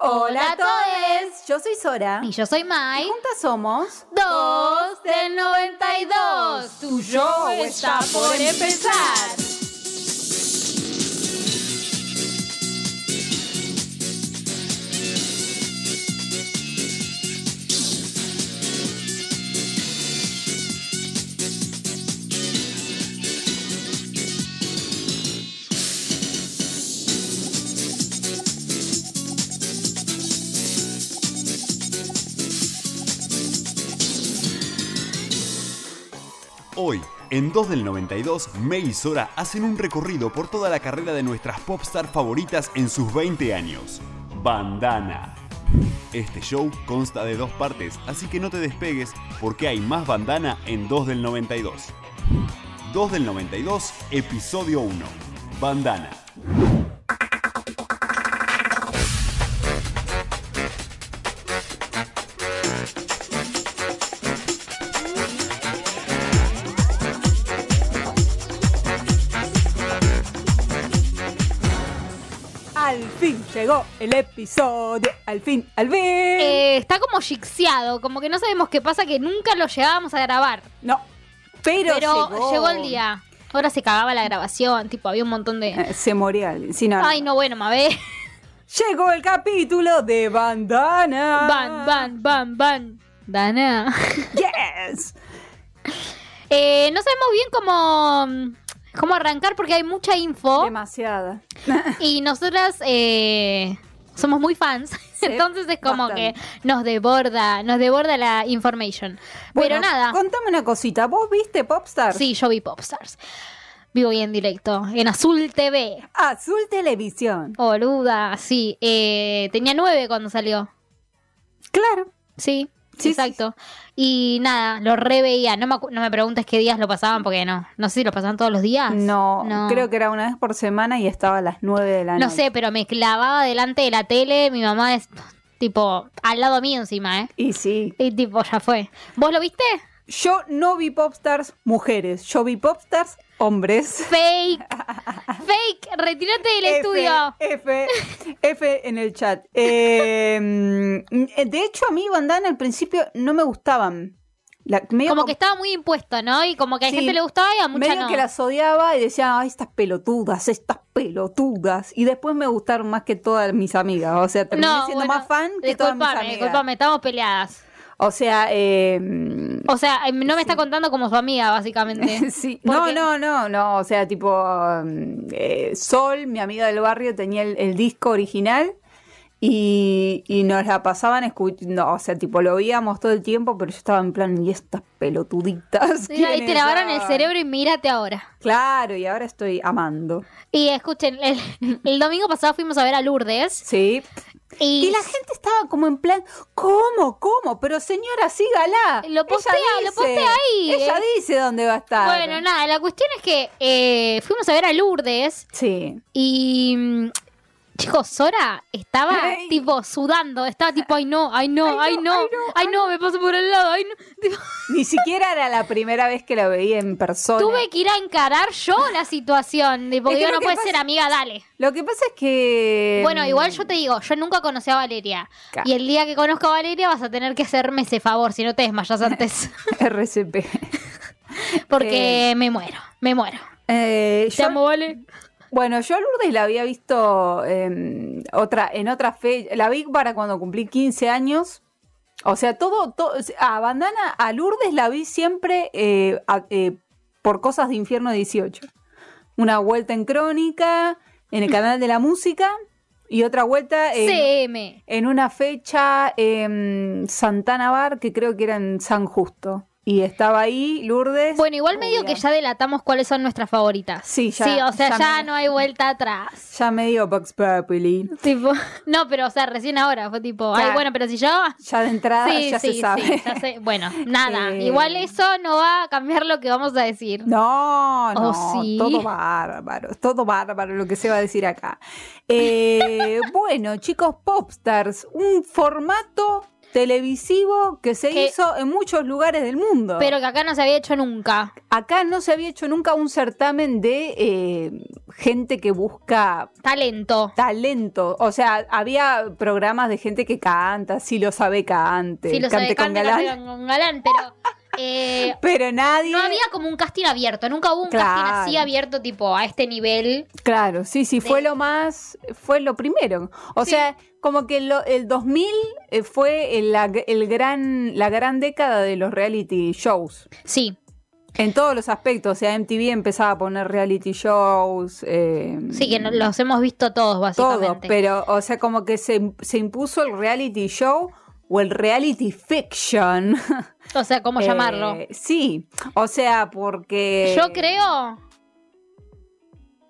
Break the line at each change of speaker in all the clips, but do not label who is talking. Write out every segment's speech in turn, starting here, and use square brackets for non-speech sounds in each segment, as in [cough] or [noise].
Hola a todos.
Yo soy Sora.
Y yo soy Mai.
juntas somos
Dos del 92. Tu show está por empezar.
Hoy, en 2 del 92, May y Sora hacen un recorrido por toda la carrera de nuestras popstar favoritas en sus 20 años. Bandana. Este show consta de dos partes, así que no te despegues porque hay más bandana en 2 del 92. 2 del 92, episodio 1. Bandana.
Al fin llegó el episodio. Al fin, al fin.
Eh, está como jixiado, como que no sabemos qué pasa, que nunca lo llegábamos a grabar.
no. Pero,
Pero, llegó. el día. Ahora se cagaba la grabación, tipo, había un montón de.
Eh, se moría alguien. Sí, no, no.
Ay, no, bueno, Mabel.
Llegó el capítulo de Bandana.
Van, van, van, van. Dana.
Yes.
[laughs] Eh, no sabemos bien cómo, mm, cómo arrancar porque hay mucha info.
Demasiada.
Y nosotras eh, somos muy fans. [laughs] Entonces es como
bastante.
que nos desborda, nos desborda la information.
Bueno,
Pero nada.
Contame una cosita. ¿Vos viste Popstar?
Sí, yo vi Popstars. Vivo hoy en directo, en Azul TV.
Azul Televisión.
Boluda, sí. Eh, tenía nueve cuando salió.
Claro.
Sí,
Sí,
exacto. Y nada, lo reveía. No me, acu- no me preguntes qué días lo pasaban, porque no. No sé si lo pasaban todos los días.
No, creo que era una vez por semana y estaba a las 9 de la
No
noche.
sé, pero me clavaba delante de la tele. Mi mamá es tipo al lado mío encima, ¿eh?
Y sí.
Y tipo, ya fue. ¿Vos lo viste?
Yo no vi Popstars mujeres. Yo vi Popstars hombres. [laughs]
Fake. Fake. Retírate del estudio.
F, F en el chat. [laughs] Eh, mm, de hecho, a mí Bandana al principio no me gustaban. La- medio
Como
com-
que estaba muy impuesto, ¿no? Y como que a
Sí.
gente le gustaba y a mucha
medio
no.
que las odiaba y decía, ay, estas pelotudas, estas pelotudas. Y después me gustaron más que todas mis amigas. O sea, terminé
No,
siendo
bueno,
más fan que todas mis
disculpame,
amigas.
disculpame, estamos peleadas.
O sea, eh, mm,
O sea, eh, no me está contando como su amiga,
[laughs]
básicamente.
Sí,
¿Por
no,
qué?
no, no, no, o sea, tipo, mm, eh, Sol, mi amiga del barrio, tenía el, el disco original y, y nos la pasaban escuchando, o sea, tipo, lo veíamos todo el tiempo, pero yo estaba en plan, ¿y estas pelotuditas?
Mira, y te
quiénes
lavaron el
son?".
cerebro y mírate ahora.
Claro, y ahora estoy amando,
Y escuchen, el, el domingo pasado fuimos a ver a Lourdes.
¿sí?
Y,
Y la gente estaba como en plan, ¿cómo, cómo? Pero señora, sígala.
Lo
Ella
postea, lo postea ahí,
Ella
eh.
dice dónde va a estar.
Bueno, nada, la cuestión es que eh, fuimos a ver a Lourdes
Sí.
y. mm, Chicos, Sora estaba
Ay.
tipo sudando, estaba tipo, ay no, ay no, ay no, ay no, me paso por el lado, ay no. Tipo,
Ni siquiera era la primera vez que la veía en persona.
tuve que ir a encarar yo la situación, tipo,
Es que
digo,
lo
no
que
puede
pasa-
ser amiga, dale.
Lo que pasa es que. mm,
Bueno, igual
[laughs]
yo te digo, yo nunca conocí a Valeria.
Em, Ca-
Y el día que conozco a Valeria vas a tener que hacerme ese favor, si no te desmayas
[laughs]
antes.
RCP.
Porque me muero, me muero.
Eh,
Te
yo-
amo, Vale.
bueno, yo a Lourdes la había visto en otra, en otra fecha. La vi para cuando cumplí 15 años. O sea, todo. todo a Bandana, a Lourdes la vi siempre eh, a- eh, por cosas de infierno 18. Una vuelta en Crónica, en
[laughs]
el canal de la música. Y otra vuelta en,
CM.
en una fecha en Santana Bar, que creo que era en San Justo. Y estaba ahí Lourdes.
Bueno, igual medio
Rubia.
que ya delatamos cuáles son nuestras favoritas.
Sí, ya-
Sí, o sea, ya,
ya me-
no hay
[laughs]
vuelta atrás.
Ya me dio Box Populi.
Tipo, no, pero o sea, recién ahora fue tipo, ay,
Claro.
bueno, pero si yo.
Ya de entrada
Sí,
ya
sí,
se sabe.
sí, ya sé. Bueno, nada.
Eh.
Igual eso no va a cambiar lo que vamos a decir.
[laughs] No, no,
Oh, sí.
todo bárbaro, todo bárbaro lo que se va a decir
[laughs]
acá. Eh, bueno, chicos, Popstars, un formato televisivo que se
Que-
hizo en muchos lugares del mundo.
Pero que acá no se había hecho nunca.
Acá no se había hecho nunca un certamen de eh, gente que busca
Talento.
talento. O sea, había programas de gente que canta, si lo sabe cante,
Sí, lo
este, cante
sabe,
con
canta,
galán.
canta con galán,
[laughs]
pero eh,
Pero nadie.
no había como un casting abierto. Nunca hubo un casting
Claro.
así abierto, tipo, a este nivel.
Claro, sí, sí, fue
de-
lo más, fue lo primero. O
Sí.
sea, como que lo- el 2000 eh, fue el, la, el gran, la gran década de los reality shows.
Sí,
En todos los aspectos, o sea, MTV empezaba a poner reality shows. eh,
sí, que no- los hemos visto todos,
todo,
básicamente.
pero, o sea, como que se, se impuso el reality show o el reality fiction.
o sea, ¿cómo
Eh,
llamarlo?
Sí, o sea, porque...
Yo creo.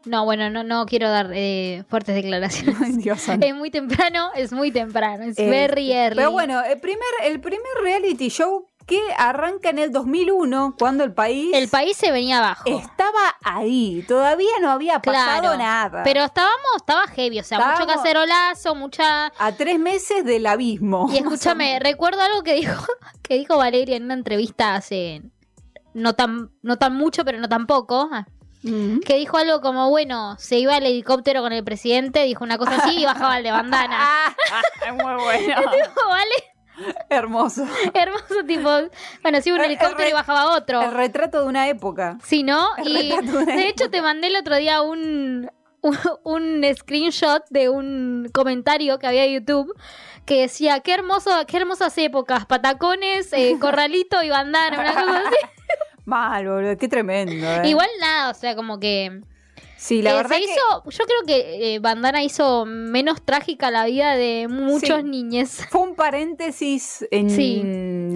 No, bueno, no, no quiero dar eh, fuertes declaraciones.
[laughs] [laughs] Ay, Dios santo.
es muy temprano, es muy temprano. Es
Eh,
very early.
Pero bueno, el primer, el primer reality show que arranca en el 2001, cuando el país,
el país se venía abajo.
estaba ahí, todavía no había pasado
Claro,
nada.
Pero estábamos, estaba heavy, o sea, mucho
Estábamos-
cacerolazo, mucha.
a tres meses del [laughs] abismo.
Y escúchame, recuerdo algo que dijo, [laughs] que dijo Valeria en una entrevista hace no tan, no tan mucho, pero no tan poco. ah,
Mm.
Que dijo algo como, bueno, se iba al helicóptero con el presidente, dijo una cosa así y bajaba el de
[laughs]
bandana. [laughs]
Ah, es muy bueno.
Dijo, vale, [laughs]
Hermoso.
Hermoso tipo. Bueno, sí, un
El- el
helicóptero
Eh, re-
y bajaba
El
otro.
retrato de una época.
Sí, ¿no?
el
Y
retrato de la
de hecho te mandé el otro día un, un, un screenshot de un comentario que había de YouTube que decía, qué hermoso, qué hermosas épocas,
[laughs]
patacones, eh, corralito y bandana, una cosa así.
Mal, boludo, qué tremendo. eh.
Igual nada, o sea, como que...
sí, la
eh,
verdad
se
que-
hizo, yo creo que eh, Bandana hizo menos trágica la vida de
Sí.
muchos niñes.
fue un paréntesis en
Sí.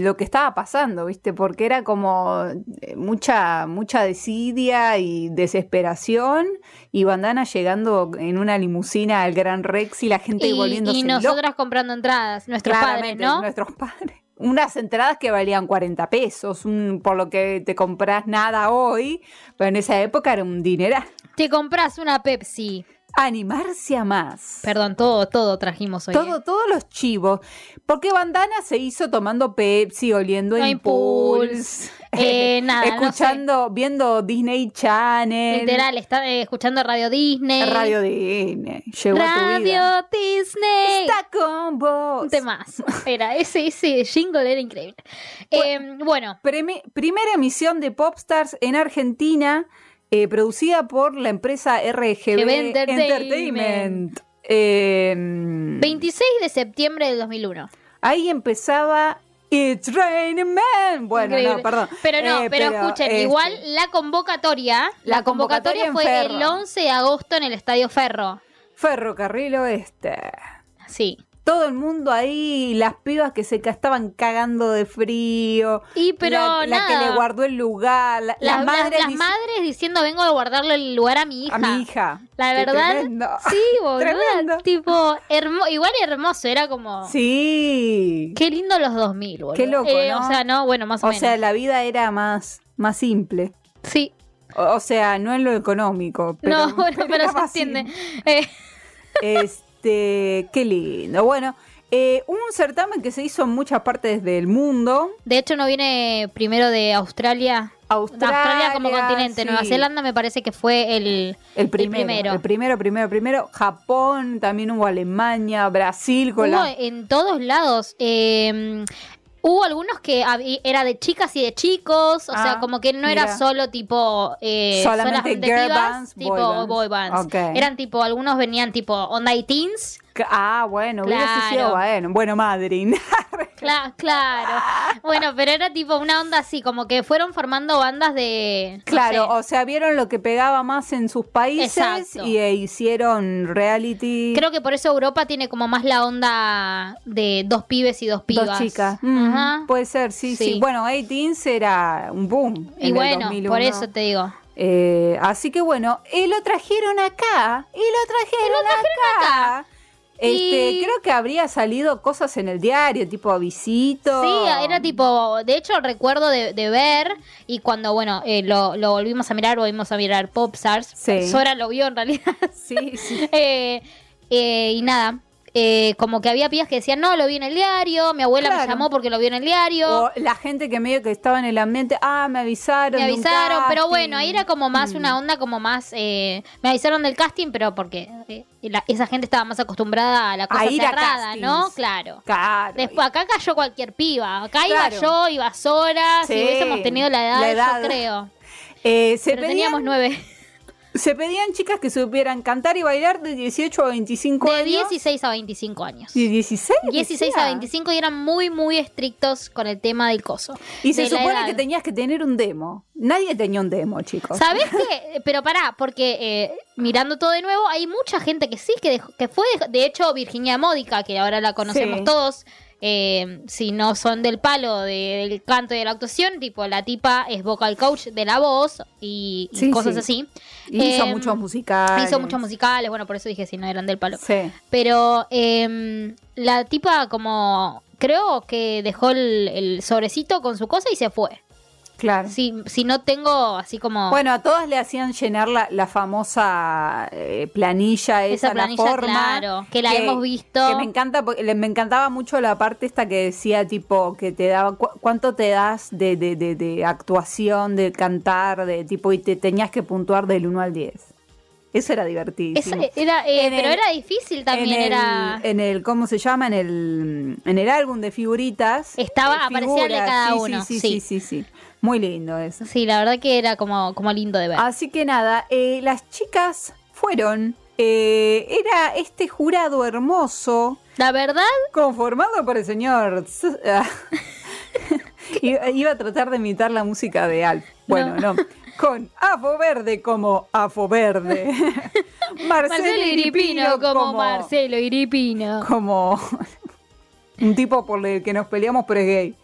lo que estaba pasando, ¿viste? Porque era como eh, mucha, mucha desidia y desesperación y Bandana llegando en una limusina al Gran Rex y la gente
Y,
volviéndose
y
loca,
nosotras comprando entradas, nuestros padres,
claramente,
¿no?
Nuestros padres. Unas entradas que valían 40 pesos, un- por lo que te compras nada hoy, pero en esa época era un dineral.
Te compras una Pepsi.
Animarse a más.
Perdón, todo, todo trajimos hoy.
Todo,
eh.
todos los chivos. Porque Bandana se hizo tomando Pepsi, oliendo
No
Impulse,
Eh,
[laughs]
nada, no
escuchando, viendo Disney Channel,
Literal, está eh, escuchando Radio Disney.
Radio Disney. Llegó a tu
Radio
vida.
Disney.
Está con vos.
Un temazo. Era, ese, ese jingle era increíble. Eh, bueno,
Premi- primera emisión de Popstars en Argentina, eh, producida por la empresa RGB
GB Entertainment.
Entertainment. Eh,
26 de septiembre del 2001.
Ahí empezaba It's Raining Man. Bueno,
Increíble.
no, perdón.
Pero no,
Eh,
pero, escuchen,
este,
igual la convocatoria.
La
La, convocatoria,
convocatoria
fue
en
el
Ferro.
11 de agosto en el Estadio Ferro.
Ferrocarril Oeste.
Sí.
Todo el mundo ahí, las pibas que se ca- estaban cagando de frío.
Y pero
la, la
nada.
que le guardó el lugar. la-
las,
las
las-
madres
las
dic-
madres diciendo vengo a guardarle el lugar a mi hija.
a mi hija.
La
Qué
verdad,
tremendo.
Sí, boluda.
Tremendo.
tipo, hermo- igual hermoso, era
[laughs]
como.
Sí.
Qué lindo los 2000, boludo.
Qué loco,
Eh,
¿no?
O sea, no, bueno, más
O
o, menos.
sea, la vida era más, más simple.
sí,
O, o sea, no en lo económico. Pero,
no, [laughs] bueno, pero,
era
se
más
entiende. Eh,
Este, qué lindo. Bueno, eh, un certamen que se hizo en muchas partes del mundo.
de hecho, no viene primero de Australia.
Australia,
Australia como continente,
sí,
Nueva Zelanda me parece que fue el.
El primero, el
primero.
primero, primero, primero, Japón, también hubo Alemania, Brasil con
Hubo
la-
e- en todos lados. eh, hubo algunos que hab- era de chicas y de chicos. O sea,
Ah,
como que no era
mira.
solo tipo. Eh,
Solamente girl
pibas,
bands, boy
tipo
bands.
boy bands.
Ok.
Eran tipo, algunos venían tipo onda y teens.
Ah, bueno, hubiese sido
Claro.
bueno. Bueno, Madrid. [laughs] Ah.
Cla- claro. Bueno, pero era tipo una onda así, como que fueron formando bandas de. no
claro,
sé.
o sea, vieron lo que pegaba más en sus países
Exacto.
y eh, hicieron reality.
Creo que por eso Europa tiene como más la onda de dos pibes y dos pibas.
Dos chicas.
Ajá.
Mm, Puede ser, sí, sí.
Sí.
Bueno, 18 era un boom. en
y
el
bueno,
2001.
por eso te digo.
Eh, así que bueno, y lo trajeron acá, y lo trajeron, acá. Este,
Y-
Creo que habría salido cosas en el diario, tipo avisito.
Sí, era
[laughs]
tipo, de hecho recuerdo de, de ver y cuando, bueno, eh, lo, lo volvimos a mirar, volvimos a mirar Popstars.
Sí.
[laughs] Sora lo vio en realidad.
Sí, sí.
Eh, eh, y nada, eh, como que había pibas que decían, no, lo vi en el diario, mi abuela me
Claro.
llamó porque lo vio en el diario,
O la gente que medio que estaba en el ambiente, ah, me avisaron.
me
de un
avisaron, pero
casting. Mm.
bueno, ahí era como más una onda como más, eh, me avisaron del casting, pero porque eh, la- esa gente estaba más acostumbrada a la cosa
A ir a
cerrada, ¿no?
castings.
Claro.
Claro.
Después, acá cayó cualquier piba, acá
Claro.
iba yo, iba Sora, si
Sí,
hubiésemos tenido la edad,
la edad.
yo creo.
Eh, [laughs] se,
Pero
pedían,
teníamos nueve.
se pedían chicas que supieran cantar y bailar de 18 a 25
De
años.
16 a 25 años.
¿De 16?
16
decía.
a 25 y eran muy, muy estrictos con el tema del coso.
Y se
de la
supone
edad.
que tenías que tener un demo. Nadie tenía un demo, chicos.
¿Sabes qué? Pero pará, porque eh, mirando todo de nuevo, hay mucha gente que sí, que, dejó- que fue, de, de hecho, Virginia Módica, que ahora la conocemos
Sí.
todos, eh, si no son del palo de- del canto y de la actuación, tipo, la tipa es vocal coach de la voz y, y
Sí,
cosas
sí.
así.
hizo
em,
muchos musicales.
Hizo muchos musicales, bueno, por eso dije si no eran del palo.
Sí.
Pero em, la tipa como creo que dejó el, el sobrecito con su cosa y se fue.
Claro.
Si, si no tengo así como...
Bueno, a todas le hacían llenar la, la famosa eh, planilla esa,
esa planilla,
la forma.
claro, que la hemos visto.
Que me encanta, porque le- me encantaba mucho la parte esta que decía, tipo, que te daba, cu- cuánto te das de, de- de- de actuación, de cantar, de tipo, y te tenías que puntuar del 1 al 10. Eso era
Eso
divertidísimo.
era, eh,
En
pero
el-
era difícil también,
en el,
era...
en el cómo se llama en el en el álbum de figuritas
Estaba-
eh,
aparecía el de cada
sí,
uno,
sí sí, sí
sí.
sí sí muy lindo eso
Sí, la verdad que era como, como lindo de ver.
así que nada eh, las chicas fueron eh, era este jurado hermoso
La verdad,
conformado por el señor Ts- ah. [laughs] iba iba a tratar de imitar la música de Alf bueno no, con Afo Verde como Afo Verde
[laughs] Marcelo Iripino como, Marcelo
[laughs]
Iripino.
como un tipo por el que nos peleamos pero es gay.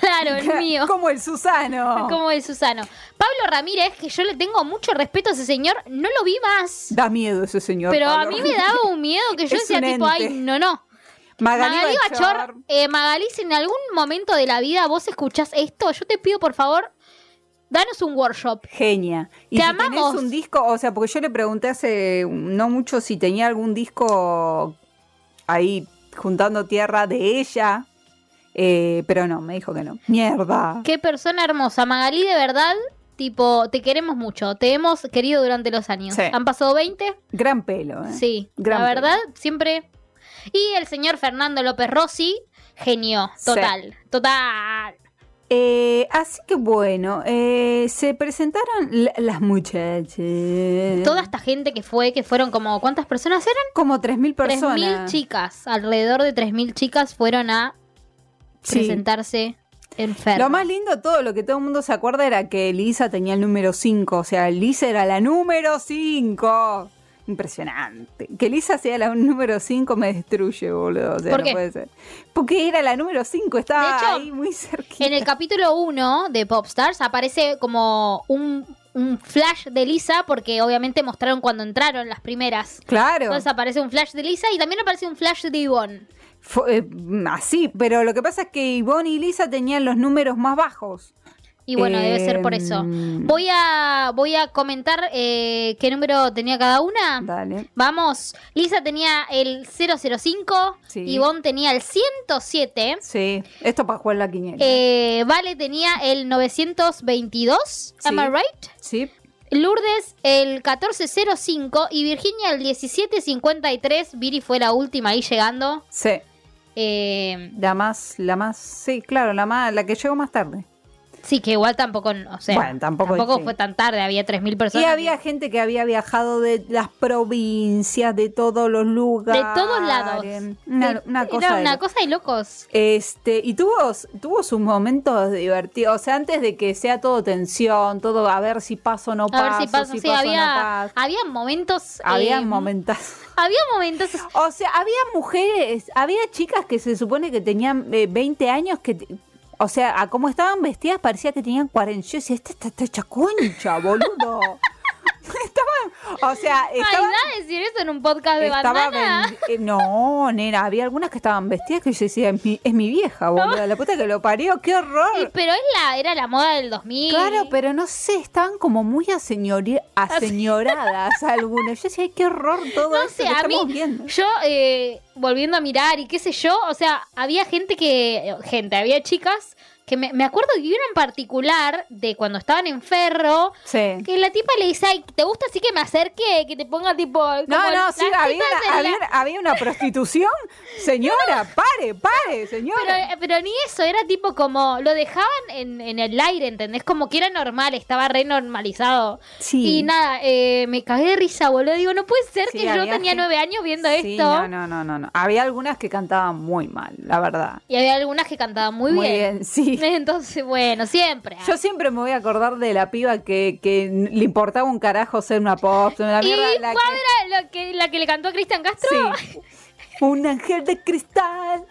Claro,
[laughs]
el mío.
Como el Susano.
Como el Susano. Pablo Ramírez, que yo le tengo mucho respeto a ese señor, no lo vi más.
Da miedo ese señor.
Pero a
Pablo.
mí me daba un miedo que yo
Es
decía
un
tipo, ay,
ente.
no, no.
[laughs] Magalí,
Magalí
Bachor.
Bachor, eh, Magalí, si en algún momento de la vida vos escuchás esto, yo te pido por favor, danos un workshop.
Genia. Y
Te
si
amamos.
tenés un disco, o sea, porque yo le pregunté hace no mucho si tenía algún disco ahí juntando tierra de ella. eh, pero no, me dijo que no. Mierda.
Qué persona hermosa. Magalí, de verdad, tipo, te queremos mucho. Te hemos querido durante los años.
Sí.
¿Han pasado 20?
Gran pelo, ¿eh?
Sí.
gran
la verdad, siempre. Y el señor Fernando López Rossi, genio.
Sí.
Total. Total.
Eh, así que bueno, eh, se presentaron la- las muchachas.
Toda esta gente que fue, que fueron como, ¿cuántas personas eran?
Como 3.000 personas.
3.000 chicas. Alrededor de 3.000 chicas fueron a
Sí.
presentarse enfermas.
Lo más lindo, de todo lo que todo el mundo se acuerda era que Lisa tenía el número 5. O sea, Lisa era la número 5. Impresionante. Que Lisa sea la número 5 me destruye, boludo. O sea,
¿Por
no
qué?
puede ser. Porque era la número 5, estaba
De hecho,
ahí muy cerquita.
En el capítulo 1 de Popstars aparece como un, un flash de Lisa, porque obviamente mostraron cuando entraron las primeras.
Claro.
Entonces aparece un flash de Lisa y también aparece un flash de Yvonne.
Fue, eh, así, pero lo que pasa es que Ivonne y Lisa tenían los números más bajos.
Y bueno, debe ser por
Em,
eso. Voy a, voy a comentar eh, qué número tenía cada una.
Dale.
Vamos, Lisa tenía el 005,
Sí.
Yvonne tenía el 107,
Sí, esto para jugar la quiniela.
eh, Vale tenía el 922, am I
Sí.
right?
sí.
Lourdes el 1405 y Virginia el 1753. Viri fue la última ahí llegando.
Sí.
Eh,
La más, la más, sí, claro, la más, la que llegó más tarde.
sí, que igual tampoco, o sea,
Bueno, tampoco- sí.
fue tan tarde, había 3.000
Y
personas.
había gente que había viajado de las provincias, de todos los lugares.
de todos lados.
Una,
Sí,
una
era
cosa. de
una
lo-
cosa de locos.
Este, y tuvo, tuvo sus momentos divertidos. O sea, antes de que sea todo tensión, todo a ver si paso o no
A
paso,
ver si pasa, sí,
paso o
había,
no paso.
había momentos. eh,
Había momentos.
Había momentos.
O sea, había mujeres, había chicas que se supone que tenían eh, 20 años que... te- O sea, a como estaban vestidas parecía que tenían 40. Yo decía, esta está hecha concha, boludo. [laughs] estaban O sea,
Ay,
estaba,
¿da decir eso en un podcast de
estaba
bandana?
vendi- eh, No, nena, había algunas que estaban vestidas que yo decía, es mi, es mi vieja, boludo, la puta que lo parió, qué
Sí,
horror.
Eh, pero es la, era la moda del 2000.
Claro, pero no sé, estaban como muy aseñori- aseñoradas algunas. Yo decía, "Ay, qué horror todo
No
eso
sé,
que
a
estamos
mí-
viendo.
Yo, eh, volviendo a mirar y qué sé yo, o sea, había gente que. Gente, había chicas que me, me acuerdo que vieron en particular de cuando estaban en ferro.
Sí.
Que la tipa le dice, ay, ¿te gusta así que me acerque? Que te ponga tipo.
No, no,
como las
sí, había
tetas en
una,
la-
había, había una
[laughs]
prostitución. Señora, pare, pare, señora.
Pero, eh, pero ni eso, era tipo como. Lo dejaban en, en el aire, ¿entendés? Como que era normal, estaba re normalizado.
sí.
Y nada, eh, me cagué de risa, boludo. Digo, no puede ser
Sí,
que yo
había
tenía
gente-
nueve años viendo
Sí,
esto.
No, no, no, no, no. Había algunas que cantaban muy mal, la verdad.
Y había algunas que cantaban muy,
Muy
bien.
bien, sí.
[laughs] Entonces, bueno, siempre.
Yo siempre me voy a acordar de la piba que, que le importaba un carajo ser una pop, una
y
mierda. la
¿cuál era lo que, la que le cantó a Cristian
que-
Castro?
Sí. Un ángel de cristal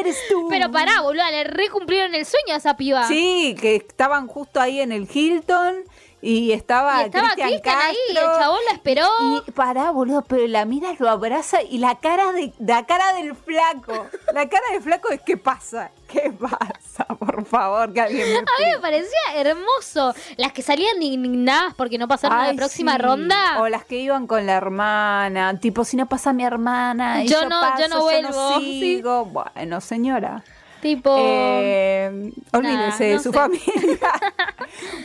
eres tú.
[laughs] Pero pará, boludo, le recumplieron el sueño a esa piba.
Uh. Sí, que estaban justo ahí en el Hilton y estaba,
Y estaba
Cristian
Cristian ahí, el
Castro.
chabón la esperó.
Y pará, boludo, pero la mira, lo abraza y la cara de la cara del flaco. La cara del flaco es ¿qué pasa? ¿Qué pasa? Por favor, que alguien me
A mí
explique.
me parecía hermoso. Las que salían indignadas porque no pasaron a
Ay,
la próxima
sí.
ronda.
O las que iban con la hermana, tipo, si no pasa mi hermana, y
Yo
yo,
no- yo
paso,
no vuelvo, [laughs] sí.
sigo. Bueno, señora.
Tipo.
Eh, olvídese
nada,
de
no
su
sé. [laughs]
familia.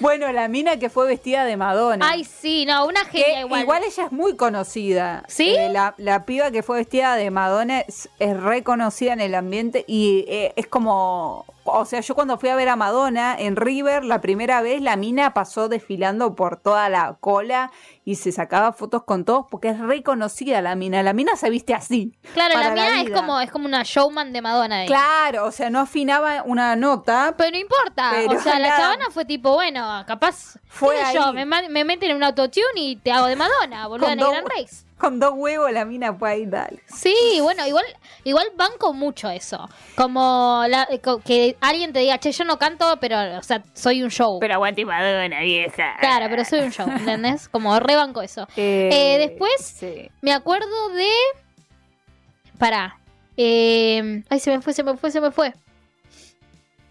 bueno, la mina que fue vestida de Madonna.
Ay, sí, no, una
Que
genia
igual.
igual.
ella es muy conocida.
¿Sí?
Eh, la, la piba que fue vestida de Madonna es, es reconocida en el ambiente y eh, es como. O sea, yo cuando fui a ver a Madonna en River, la primera vez la mina pasó desfilando por toda la cola y se sacaba fotos con todos porque es reconocida la mina. La mina se viste así.
claro, la
para la
mía es
vida.
como, es como una showman de Madonna. eh.
Claro, o sea, no afinaba una nota.
Pero no importa.
Pero
o sea, la
nada.
chavana fue tipo, bueno, capaz.
Fue
qué sé yo,
ahí.
me, man- me meten en un autotune y te hago de Madonna, boludo,
Con
en el
dos-
Gran Rex.
Con dos huevos la mina fue ahí, dale.
Sí, bueno, igual, igual banco mucho eso. Como la- eh, co- que alguien te diga, che, yo no canto, pero, o sea, soy un show.
Pero aguante Madonna, vieja.
Claro, pero soy
[laughs]
un show, ¿entendés? Como rebanco eso. Eh, después-
sí.
Me acuerdo de. Pará. Eh, Ay, se me fue, se me fue, se me fue. [laughs]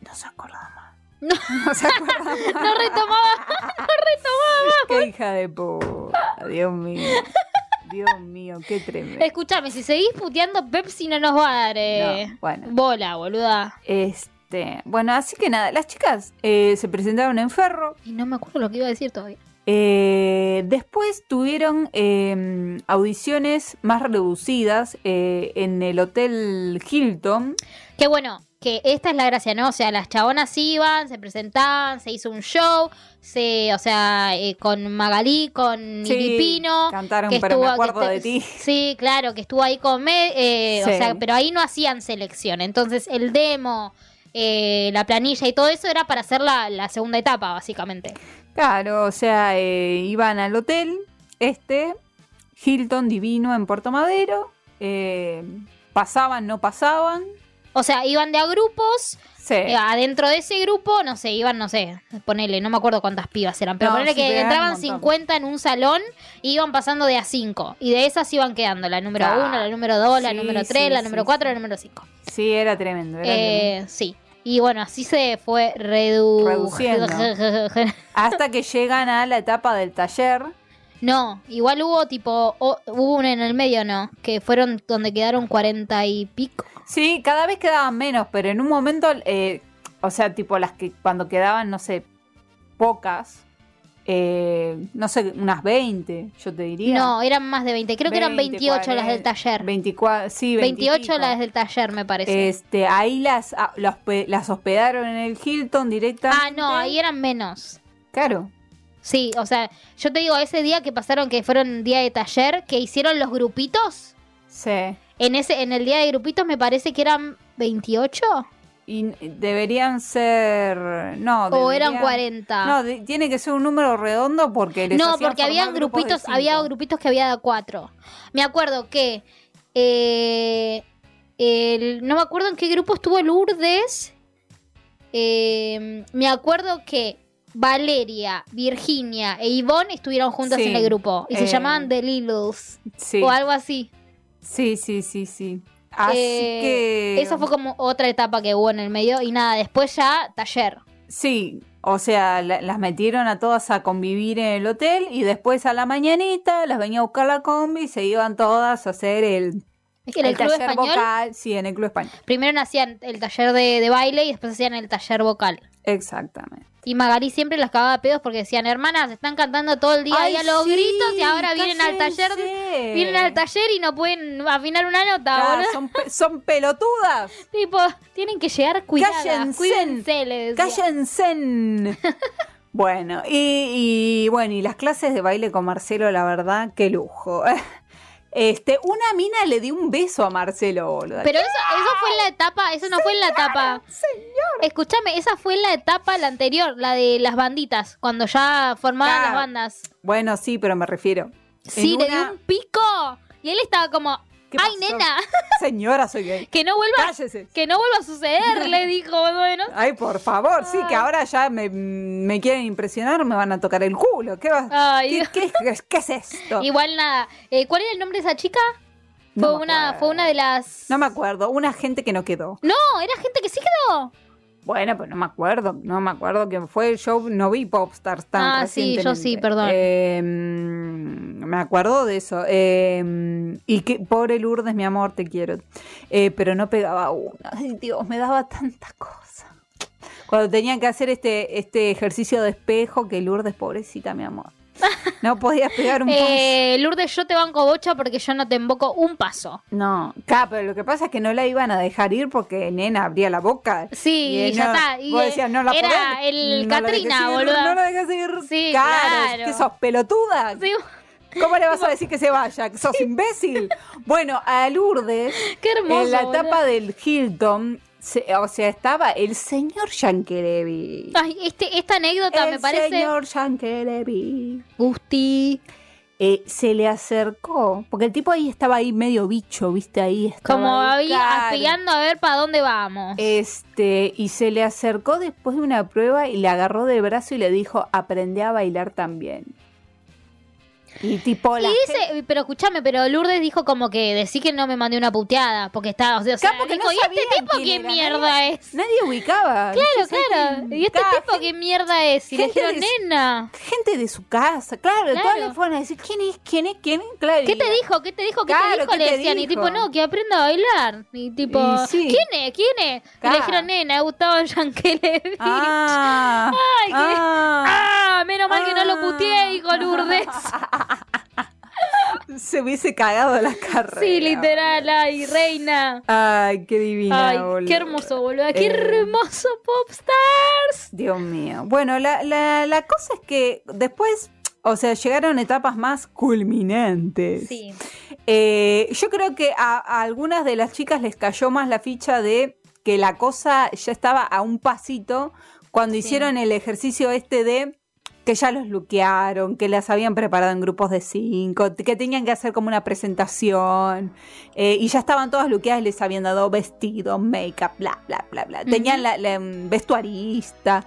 No se acordaba más.
No.
no se acordaba más.
No retomaba. [laughs]
Qué hija de puta, Dios mío. Dios mío, qué tremendo.
Escuchame, si seguís puteando, Pepsi no nos va a dar eh,
No, bueno.
bola, boluda.
Este, bueno, así que nada, las chicas eh, se presentaron en Ferro.
Y no me acuerdo lo que iba a decir todavía.
eh, después tuvieron eh, audiciones más reducidas eh, en el Hotel Hilton.
Que bueno, que esta es la gracia, ¿no? O sea, las chabonas iban, se presentaban, se hizo un show, se, o sea, eh, con Magalí, con
Sí,
Filipino.
Cantaron,
que
pero
estuvo-
me
que
acuerdo
este-
de ti.
[laughs] Sí, claro, que estuvo ahí con me- eh,
Sí.
o sea, pero ahí no hacían selección. Entonces, el demo, eh, la planilla y todo eso era para hacer la, la segunda etapa, básicamente.
Claro, o sea, eh, iban al hotel, este, Hilton Divino en Puerto Madero. eh, pasaban, no pasaban.
O sea, iban de a grupos,
Sí.
eh, adentro de ese grupo, no sé, iban, no sé, ponele, no me acuerdo cuántas pibas eran, pero
No,
ponele
sí,
que
pero eran
entraban
un montón.
50 en un salón y iban pasando de a 5. Y de esas iban quedando la número
Ah,
1, la número 2, la
sí,
número 3,
sí,
la
sí,
número
sí.
4, la número 5.
Sí, era tremendo. era tremendo.
Eh, sí. Y bueno, así se fue redu-
Reduciendo. Hasta que llegan a la etapa del taller.
[laughs] No, igual hubo tipo, o- hubo una en el medio, ¿no? Que fueron donde quedaron cuarenta y pico.
Sí, cada vez quedaban menos, pero en un momento, eh, o sea, tipo las que cuando quedaban, no sé, pocas, eh, no sé, unas 20, yo te diría.
No, eran más de 20, creo que eran
20,
28 las del
40,
taller.
24, sí, 20 y
28
pico.
las del taller, me parece.
Este, ahí las, a- las hospe- las hospedaron en el Hilton directamente.
ah, no, ahí eran menos.
Claro.
Sí, o sea, yo te digo, ese día que pasaron, que fueron día de taller, que hicieron los grupitos,
Sí.
en ese en el día de grupitos me parece que eran 28
Y deberían ser. No,
o eran
deberían-
40.
No, de- tiene que ser un número redondo porque les
Ah. No,
hacían
porque habían
formar grupos de
grupitos,
cinco.
había grupitos que había de cuatro. Me acuerdo que eh, el- no me Em, acuerdo en qué grupo estuvo Lourdes. Eh, me acuerdo que Valeria, Virginia e Yvonne estuvieron juntas
Sí.
en el grupo y se
Eh,
llamaban The Littles
Sí,
o algo así.
sí, sí, sí, sí. Así
Eh,
que.
Esa fue como otra etapa que hubo en el medio y nada, después ya taller.
Sí, o sea, la- las metieron a todas a convivir en el hotel y después a la mañanita las venía a buscar la combi y se iban todas a hacer el,
Es que en el, club
taller
español
vocal. Sí, en el club español.
primero hacían el taller de, de baile y después hacían el taller vocal.
Exactamente.
Y Magali siempre las cagaba a pedos porque decían, hermanas, están cantando todo el día
Ay,
ahí a los
sí,
gritos y ahora vienen al taller,
cállense.
vienen al taller y no pueden afinar una nota,
Ah,
boludo.
son, pe- son pelotudas.
Tipo, tienen que llegar cuidadas,
Cállense.
cuídense, le decía. [laughs]
¡Cállense! Bueno, y, y bueno, y las clases de baile con Marcelo, la verdad, qué lujo. [laughs] Este, una mina le dio un beso a Marcelo, boludo.
Pero eso, eso fue en la etapa, eso no fue en la etapa. Escúchame, esa fue en la etapa la anterior, la de las banditas, cuando ya formaban
Ah,
las bandas.
Bueno, sí, pero me refiero.
Sí,
una-
le dio un pico. Y él estaba como,
¿Qué
ay
pasó?
nena, [laughs]
Señora, soy gay.
que no vuelva,
¡Cállese!
que no vuelva a
[laughs]
suceder, le dijo, bueno.
Ay, por favor, sí,
Ah.
que ahora ya me, me quieren impresionar, me van a tocar el culo. ¿Qué, va-
Ay,
¿qué, qué- qué- qué es
[laughs]
esto?
Igual nada. Eh, ¿Cuál era el nombre de esa chica?
No
fue
me
una,
acuerdo.
fue una de las.
No me acuerdo, una gente que no quedó.
No, era gente que sí quedó.
Bueno, pues no me acuerdo, no me acuerdo quién fue. Yo no vi Popstars tan
Ah, sí, yo sí,
recientemente.
perdón.
Eh, mm, me acuerdo de eso. Eh, y que, pobre Lourdes, mi amor, te quiero. Eh, pero no pegaba una. Ay, Dios, me daba tanta cosa. Cuando tenían que hacer este, este ejercicio de espejo, que Lourdes, pobrecita, mi amor. No podías pegar un paso.
[laughs] Eh, Lourdes, yo te banco bocha porque yo no te invoco un paso.
No, claro, pero lo que pasa es que no la iban a dejar ir porque nena abría la boca.
Sí,
eh,
y ya
no,
está. Y,
vos
eh,
decías, no la
era
podés,
el
no la
Katrina,
dejás ir,
boluda.
No la dejas ir.
Sí,
claro.
claro.
es que sos pelotuda.
Sí,
¿Cómo le vas a decir que se vaya? Que sos imbécil. Bueno, a Lourdes,
qué [laughs] hermoso.
en la
boludo.
etapa del Hilton, se- o sea, estaba el señor Yankerevi.
Ay, este, esta anécdota me
El
parece.
señor Yankerevi.
Gusti.
eh, se le acercó, porque el tipo ahí estaba ahí medio bicho, viste, ahí estaba
Como
ahí,
ahí
claro.
aspirando a ver para dónde vamos.
Este, y se le acercó después de una prueba y le agarró del brazo y le dijo, aprende a bailar también. Y tipo
y
la
dice,
gente-
pero escúchame, pero Lourdes dijo como que decí que no me mandé una puteada, porque estaba, o sea,
Claro, porque
dijo,
no
¿y este
sabían
tipo
quién
qué
era,
mierda es?
Nadie ubicaba.
Claro,
Entonces,
claro.
gente-
¿Y este
cada
tipo qué mierda es? Y le
gente
dijeron,
de-
nena.
Gente de su casa, claro,
Claro.
todas le fueron a decir, ¿quién es? ¿Quién es? ¿Quién es? Claro,
¿Qué
y-
te dijo? ¿Qué te dijo? ¿Qué
Claro,
te dijo?
¿qué
Le
te
decían. Y
dijo?
tipo, no, que aprenda a bailar. Y tipo,
Y sí.
¿quién es? ¿Quién es? Y
Claro.
le dijeron, nena, Gustavo Yankelevich.
Ah,
qué-
ah,
Ah, menos mal que no lo
ah.
puteé, dijo Lourdes.
[laughs] se hubiese cagado la carrera.
sí, literal, ay, reina.
Ay, qué divina.
Ay,
boluda.
qué hermoso, boludo. Qué
Eh.
hermoso Popstars.
Dios mío. Bueno, la, la- la cosa es que después, o sea, llegaron etapas más culminantes.
Sí.
Eh, yo creo que a, a algunas de las chicas les cayó más la ficha de que la cosa ya estaba a un pasito cuando hicieron el ejercicio este de que ya los luquearon, que las habían preparado en grupos de cinco, que tenían que hacer como una presentación, eh, y ya estaban todas luqueadas, les habían dado vestido, make-up, bla, bla, bla, bla. Tenían
Ujú.
la, la, mm, vestuarista,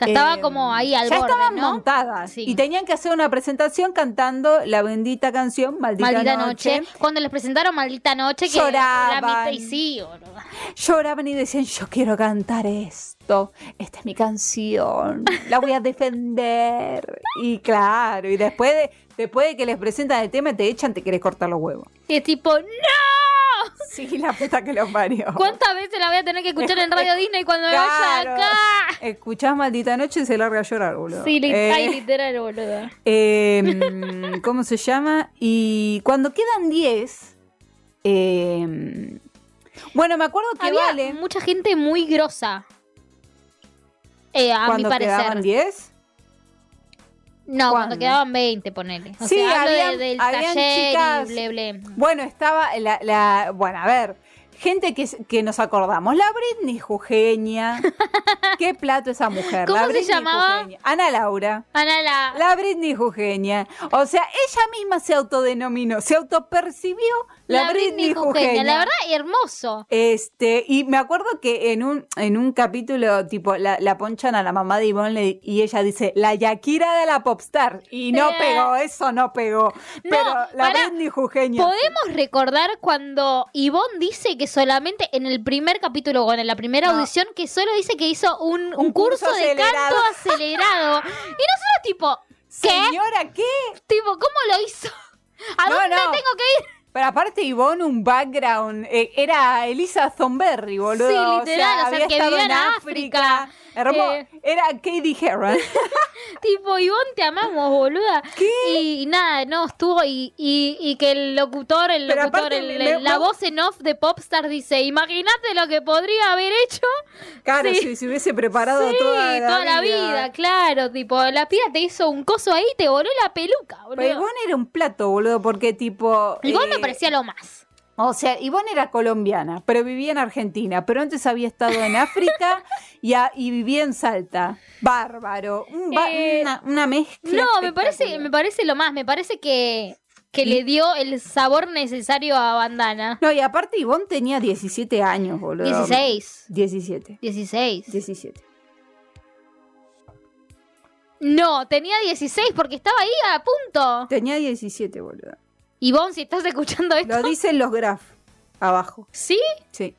Ya estaba
eh,
como ahí al
ya
borde,
estaban
¿no?
montadas
Sí.
y tenían que hacer una presentación cantando la bendita canción Maldita,
Maldita
noche.
noche. Cuando les presentaron Maldita Noche, que
Lloraban.
la mitad y sí, boludo.
Lloraban y decían, yo quiero cantar esto, esta es mi canción, la voy a defender. Y claro, y después de, después de que les presentan el tema, te echan, te querés cortar los huevos.
Y es tipo, ¡No!
Sí, [laughs] la puta que los parió.
¿Cuántas veces la voy a tener que escuchar en
[laughs]
Radio Disney cuando me vaya de
Claro.
acá?
Escuchás Maldita Noche y se larga a llorar, boludo.
Sí, li-
Eh,
ay, literal, boludo.
Em, [laughs] ¿Cómo se llama? Y cuando quedan 10. em, bueno, me acuerdo que
Había
vale.
mucha gente muy grosa. Eh, a mi
cuando quedaban
parecer.
10.
No,
¿Cuándo?
cuando quedaban 20, ponele. O
Sí,
sea, hablo de-
habían-
del
habían
taller
chicas-
y ble, ble.
Bueno, estaba la, la- Bueno, a ver. gente que, que nos acordamos. La Britney
[laughs]
Jujeña. Qué plato esa mujer.
¿Cómo
la
se
Britney
llamaba?
Jujeña. Ana Laura.
Ana, la,
La Britney Jujeña. O sea, ella misma se autodenominó, se autopercibió la, Britney, Jujeña.
La verdad, hermoso.
Este, y me acuerdo que en un, en un capítulo, tipo, la, la ponchan a la mamá de Ivonne le- y ella dice, la Yakira de la popstar. Y no
Eh.
pegó, eso no pegó. Pero la
pará.
Britney Jujeña.
Podemos recordar cuando Ivonne dice que solamente en el primer capítulo, bueno, en la primera
No.
audición, que solo dice que hizo un, un
Un
curso,
curso
de
acelerado. [laughs]
canto acelerado. y nosotros tipo,
Señora, ¿qué?
tipo, ¿cómo lo hizo? ¿A
No,
dónde
no.
tengo que ir? [laughs]
Pero aparte Ivonne, un background, eh, era Elisa Zomberry, boludo.
Sí,
O
literal, o sea,
había
que
estado
vivía
en
en
África.
África.
Hermo-
Eh.
Era Katie
[laughs]
Herron.
Tipo, Ivonne, te amamos, boluda.
¿Qué?
Y, y nada, no, estuvo. Y, y, y que el locutor, el
Pero
locutor,
aparte
el-
me-
el- la
me-
voz en off de Popstar dice: Imagínate lo que podría haber hecho.
Claro,
Sí.
si se hubiese preparado
sí,
toda, la,
vida. claro. Tipo, la pira te hizo un coso ahí, te voló la peluca, boludo.
Pero Ivonne era un plato, boludo, porque tipo...
Igual me
eh,
parecía lo más.
O sea, Ivonne era colombiana, pero vivía en Argentina, pero antes había estado en África y, a- y vivía en Salta. Bárbaro. Un ba-
Eh,
una, una mezcla.
No, me parece,
espectacular.
me parece lo más. Me parece que, que le dio el sabor necesario a Bandana.
No, y aparte Ivonne tenía 17 años, boludo.
16.
17.
16.
17.
No, tenía 16 porque estaba ahí a punto.
Tenía 17, boludo.
Ivonne, si estás escuchando esto.
Lo dicen los graf abajo.
¿Sí?
Sí.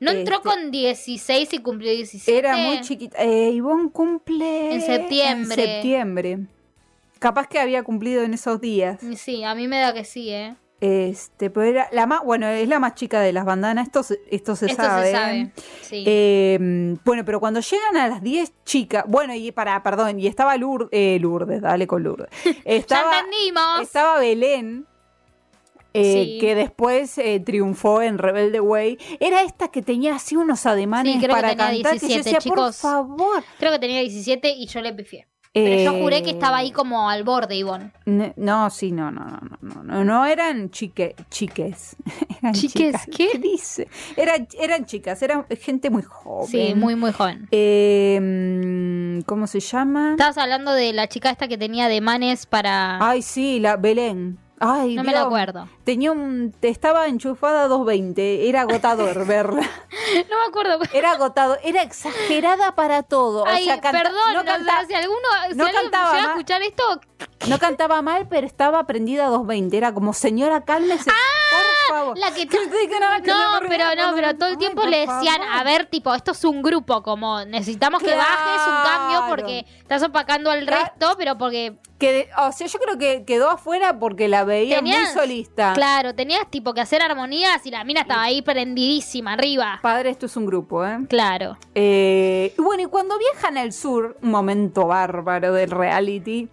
¿No entró
Este.
con 16 y cumplió 17?
Era muy chiquita. Eh, Ivonne cumple.
En septiembre.
En septiembre. Capaz que había cumplido en esos días.
Sí, a mí me da que sí, ¿eh?
Este, pero era la más, bueno, es la más chica de las bandanas, esto, se- esto se
Esto
sabe.
se sabe. Sí.
Eh, bueno, pero cuando llegan a las 10 chicas, bueno, y para, perdón, y estaba Lourdes, Lourdes, dale con Lourdes.
[laughs] ya
Estaba,
entendimos.
estaba Belén, eh,
Sí.
que después eh, triunfó en Rebelde Way. Era esta que tenía así unos ademanes
Sí, creo que
para
tenía
cantar, que yo
17,
decía, por
chicos.
favor.
Creo que tenía 17 y yo le pifié. Pero yo juré que
Eh,
estaba ahí como al borde, Ivonne.
Ne- No, sí, no, no, no, no, no, no, no eran chique, chiques. [laughs] Eran
¿Chiques
chicas.
qué?
dice? Eran, eran chicas, eran gente muy joven.
Sí, muy, muy joven.
Eh, mm, ¿Cómo se llama?
Estabas hablando de la chica esta que tenía de manes para...
Ay, sí, la Belén. Ay,
no me
Dios.
la acuerdo. [laughs]
Tenía un, estaba enchufada a 220, era
[laughs]
agotador verla.
No me acuerdo.
Era agotador, era exagerada para todo. Eh, O
Ay,
sea, canta-
perdón,
no,
o
canta-
sea, si alguno si
no
alguien
cantaba
llega a
más.
escuchar esto,
no cantaba mal, pero estaba prendida a 220. Era como, señora, cálmese, por favor.
¡Ah! la
[laughs]
que...
Que Oh. sí, que nada, que
No,
se me
pero
olvidaba
no,
cuando
pero
me-
todo el
Ay,
tiempo
por
le decían,
favor.
a ver, tipo, esto es un grupo, como necesitamos que bajes un cambio porque estás opacando al
Claro.
resto, pero porque,
Que de- o sea, yo creo que quedó afuera porque la veía
Tenías-
muy solista.
claro, tenías tipo que hacer armonías y la mina estaba ahí prendidísima arriba.
Padre, esto es un grupo, ¿eh?
Claro.
Eh, y bueno, y cuando viajan al sur, un momento bárbaro del reality,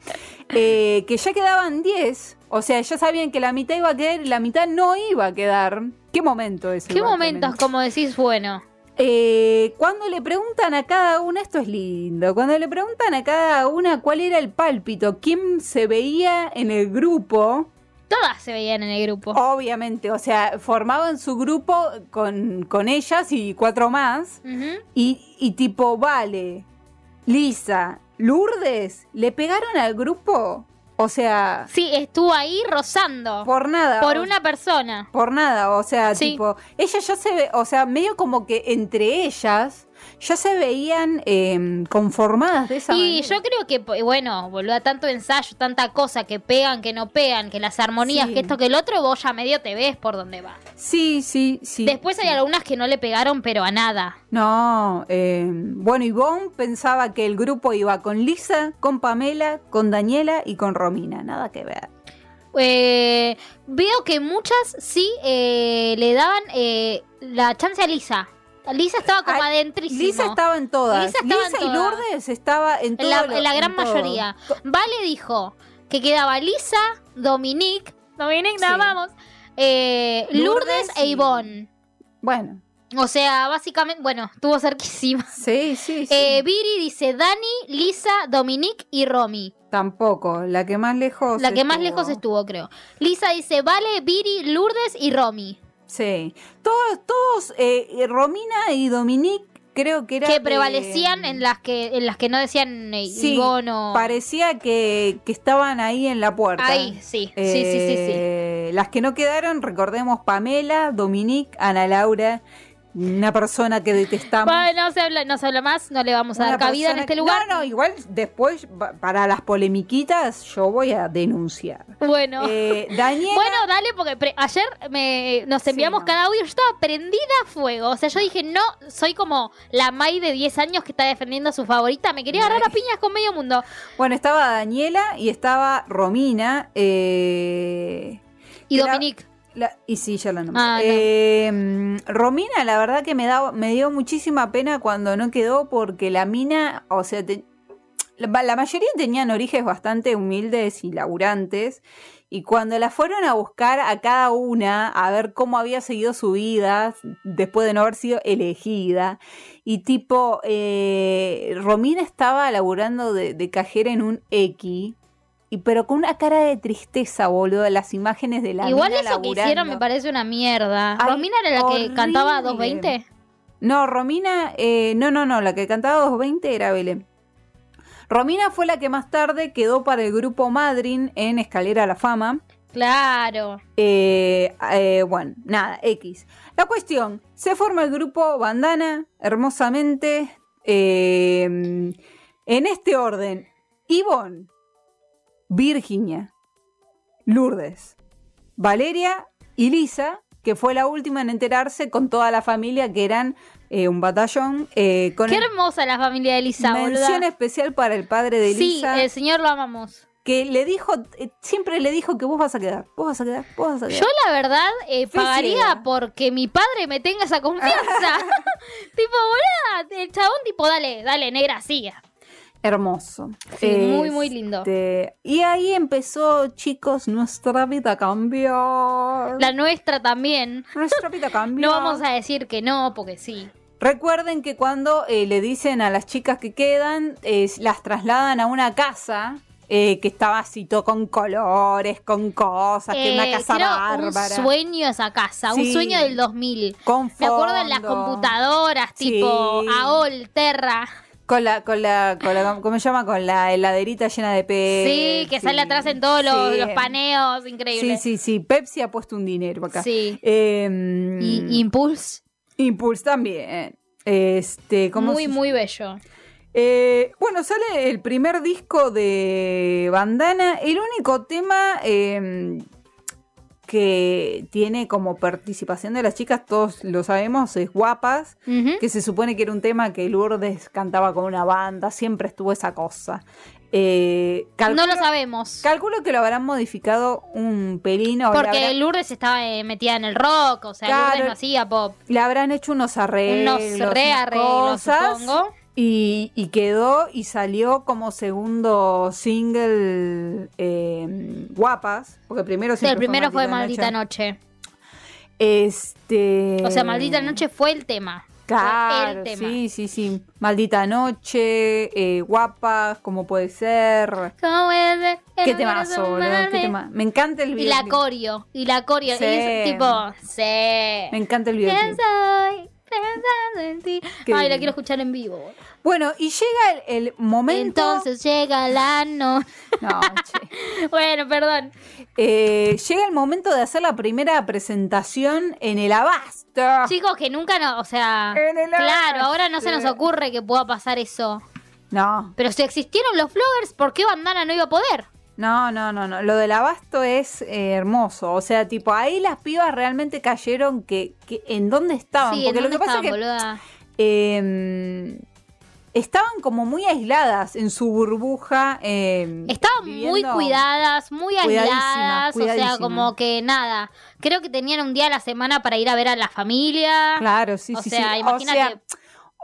eh, que ya quedaban 10, o sea, ya sabían que la mitad iba a quedar y la mitad no iba a quedar. ¿Qué momento es?
¿Qué momentos, como decís, bueno?
Eh, cuando le preguntan a cada una, esto es lindo, cuando le preguntan a cada una cuál era el pálpito, quién se veía en el grupo,
Todas se veían en el grupo.
Oh. Obviamente, o sea, formaban su grupo con, con ellas y cuatro más.
Ujú.
Y, y tipo, vale, Lisa, Lourdes, le pegaron al grupo. O sea,
Sí, estuvo ahí rozando
por nada.
por
o-
una persona.
Por nada, o sea,
Sí.
tipo, ellas ya se ve, o sea, medio como que entre ellas ya se veían eh, conformadas de esa
Y
manera.
yo creo que, po- bueno, boluda, tanto ensayo, tanta cosa que pegan, que no pegan, que las armonías,
Sí.
que esto, que el otro, vos ya medio te ves por dónde va.
Sí, sí, sí.
Después hay algunas que no le pegaron, pero a nada.
No, eh, bueno, Ivonne pensaba que el grupo iba con Lisa, con Pamela, con Daniela y con Romina, nada que ver.
Eh, veo que muchas sí eh, le daban eh, la chance a Lisa. Lisa estaba como
Ah,
adentrísimo.
Lisa estaba en todas.
Lisa estaba en
Lisa y
todas.
Lourdes estaba en
En
todas.
la, en la gran mayoría. Vale dijo que quedaba Lisa, Dominique, Dominique, nada,
Sí.
vamos, eh, Lourdes,
Lourdes
e
y-
Ivonne.
Bueno,
O sea, básicamente, bueno, estuvo cerquísima.
sí, sí, sí.
Eh, Viri dice Dani, Lisa, Dominique y Romy.
Tampoco, la que más lejos
La que más
estuvo.
lejos estuvo, creo. Lisa dice Vale, Viri, Lourdes y Romy.
Sí. Todos, todos, eh, Romina y Dominique, creo que era.
que
de-
prevalecían en las que en las que no decían eh,
Sí,
Ivonne o-
Parecía que, que estaban ahí en la puerta.
Ahí, sí, sí, sí, sí, sí.
Eh, Las que no quedaron, recordemos Pamela, Dominique, Ana Laura, una persona que detestamos.
Bueno, no se, habla, no se habla más, no le vamos a
Una
dar cabida en
persona
este
que-
lugar.
No, no, igual después, pa- para las polemiquitas, yo voy a denunciar.
Bueno.
Eh, Daniela,
[laughs] Bueno, dale, porque pre- ayer me, nos
Sí,
enviamos
no.
cada audio. Yo estaba prendida a fuego. O sea, yo dije, no, soy como la Mai de 10 años que está defendiendo a su favorita. Me quería agarrar a piñas con medio mundo.
bueno, estaba Daniela y estaba Romina. eh,
Y
Que la-
Dominique.
La- y sí, ya la nombré.
Ah, no.
Eh, mm, Romina, la verdad que me, da, me dio muchísima pena cuando no quedó porque la mina, o sea, te- la, la mayoría tenían orígenes bastante humildes y laburantes. Y cuando la fueron a buscar a cada una, a ver cómo había seguido su vida después de no haber sido elegida, y tipo, eh, Romina estaba laburando de, de cajera en un X. Y, pero con una cara de tristeza, boludo, las imágenes de la
Igual
mina
eso que hicieron me
laburando.
parece una mierda.
Ay,
Romina era la que
horrible.
cantaba a 220.
No, Romina, eh, no, no, no, la que cantaba 220 era Belén. Romina fue la que más tarde quedó para el grupo Madryn en Escalera a la Fama.
Claro.
Eh, eh, bueno, nada, X. La cuestión, se forma el grupo Bandana, hermosamente, eh, en este orden. Ivonne, Virginia, Lourdes, Valeria y Lisa, que fue la última en enterarse con toda la familia que eran eh, un batallón. eh, con
Qué
el-
hermosa la familia de Lisa,
mención
boluda.
especial para el padre de
Sí,
Lisa,
el señor lo amamos.
que le dijo, eh, siempre le dijo que vos vas a quedar, vos vas a quedar, vos vas a quedar.
Yo la verdad eh,
Fui
pagaría
ciega.
porque mi padre me tenga
[laughs]
esa confianza. tipo, boluda, el chabón tipo, dale, dale, negra, siga.
Hermoso.
Sí, muy, muy lindo.
Este, Y ahí empezó, chicos, nuestra vida cambió.
La nuestra también.
Nuestra vida cambió.
[laughs] No vamos a decir que no, porque sí.
Recuerden que cuando eh, le dicen a las chicas que quedan, eh, las trasladan a una casa eh, que estaba así todo con colores, con cosas, que
Eh,
una casa
creo
bárbara.
Un sueño esa casa, un
Sí.
sueño del 2000.
con
Me acuerdo en las
fondo,
computadoras,
Sí.
tipo AOL, Terra.
Con la, con la, con la, ¿cómo se llama? Con la heladerita llena de pez.
sí, que sale atrás en todos los,
Eh, sí.
los paneos,
Sí,
increíble.
sí, sí. Pepsi ha puesto un dinero acá.
Sí.
Eh,
Y Impulse,
Impulse también. Este, ¿cómo
muy,
se-
muy bello.
Eh, bueno, sale el primer disco de Bandana. El único tema eh, que tiene como participación de las chicas, todos lo sabemos, es Guapas,
Ujú.
que se supone que era un tema que Lourdes cantaba con una banda, siempre estuvo esa cosa. Eh,
No
calculo,
lo sabemos.
calculo que lo habrán modificado un pelín o le
Porque
habrán-
Lourdes estaba eh, metida en el rock, o sea,
Claro.
Lourdes no hacía pop.
le habrán hecho unos arreglos,
Unos rearreglos,
cosas,
supongo.
Y, y quedó y salió como segundo single eh, Guapas, porque primero
El
siempre
primero fue Maldita
Noche.
Noche.
Este,
O sea, Maldita Noche fue el tema.
Claro,
el tema.
sí, sí, sí. Maldita Noche, eh, Guapas, como puede ser.
¿Cómo es de-
Qué
el
temazo,
corazón
boludo, qué
darme?
tema. Me encanta el
Y
video.
la corio, y la corio.
Sí.
Y es tipo, sí.
Me encanta el video.
¿Quién soy? Pensando en ti.
Qué
Ay,
lindo.
la quiero escuchar en vivo. boludo.
Bueno, y llega el, el momento.
Entonces llega la noche.
No, che.
[laughs] Bueno, perdón.
Eh, llega el momento de hacer la primera presentación en el Abasto.
Chicos, que nunca no, o sea,
Ah. En el
claro, ahora no se
arte.
nos ocurre que pueda pasar eso.
No,
Pero si existieron los vloggers, ¿por qué Bandana no iba a poder?
no, no, no, no. Lo del Abasto es eh, hermoso. O sea, tipo, ahí las pibas realmente cayeron que, que- en dónde estaban.
sí, ¿en
Porque lo
dónde
que pasa
estaban,
es que
boluda?
eh, estaban como muy aisladas en su burbuja. eh,
Estaban muy
viviendo-
cuidadas, muy
Cuidadísimas,
aisladas, o
cuidadísimas.
sea, como que nada. Creo que tenían un día a la semana para ir a ver a la familia.
Claro, sí,
[laughs] o
sí,
sea,
sí.
imagínate.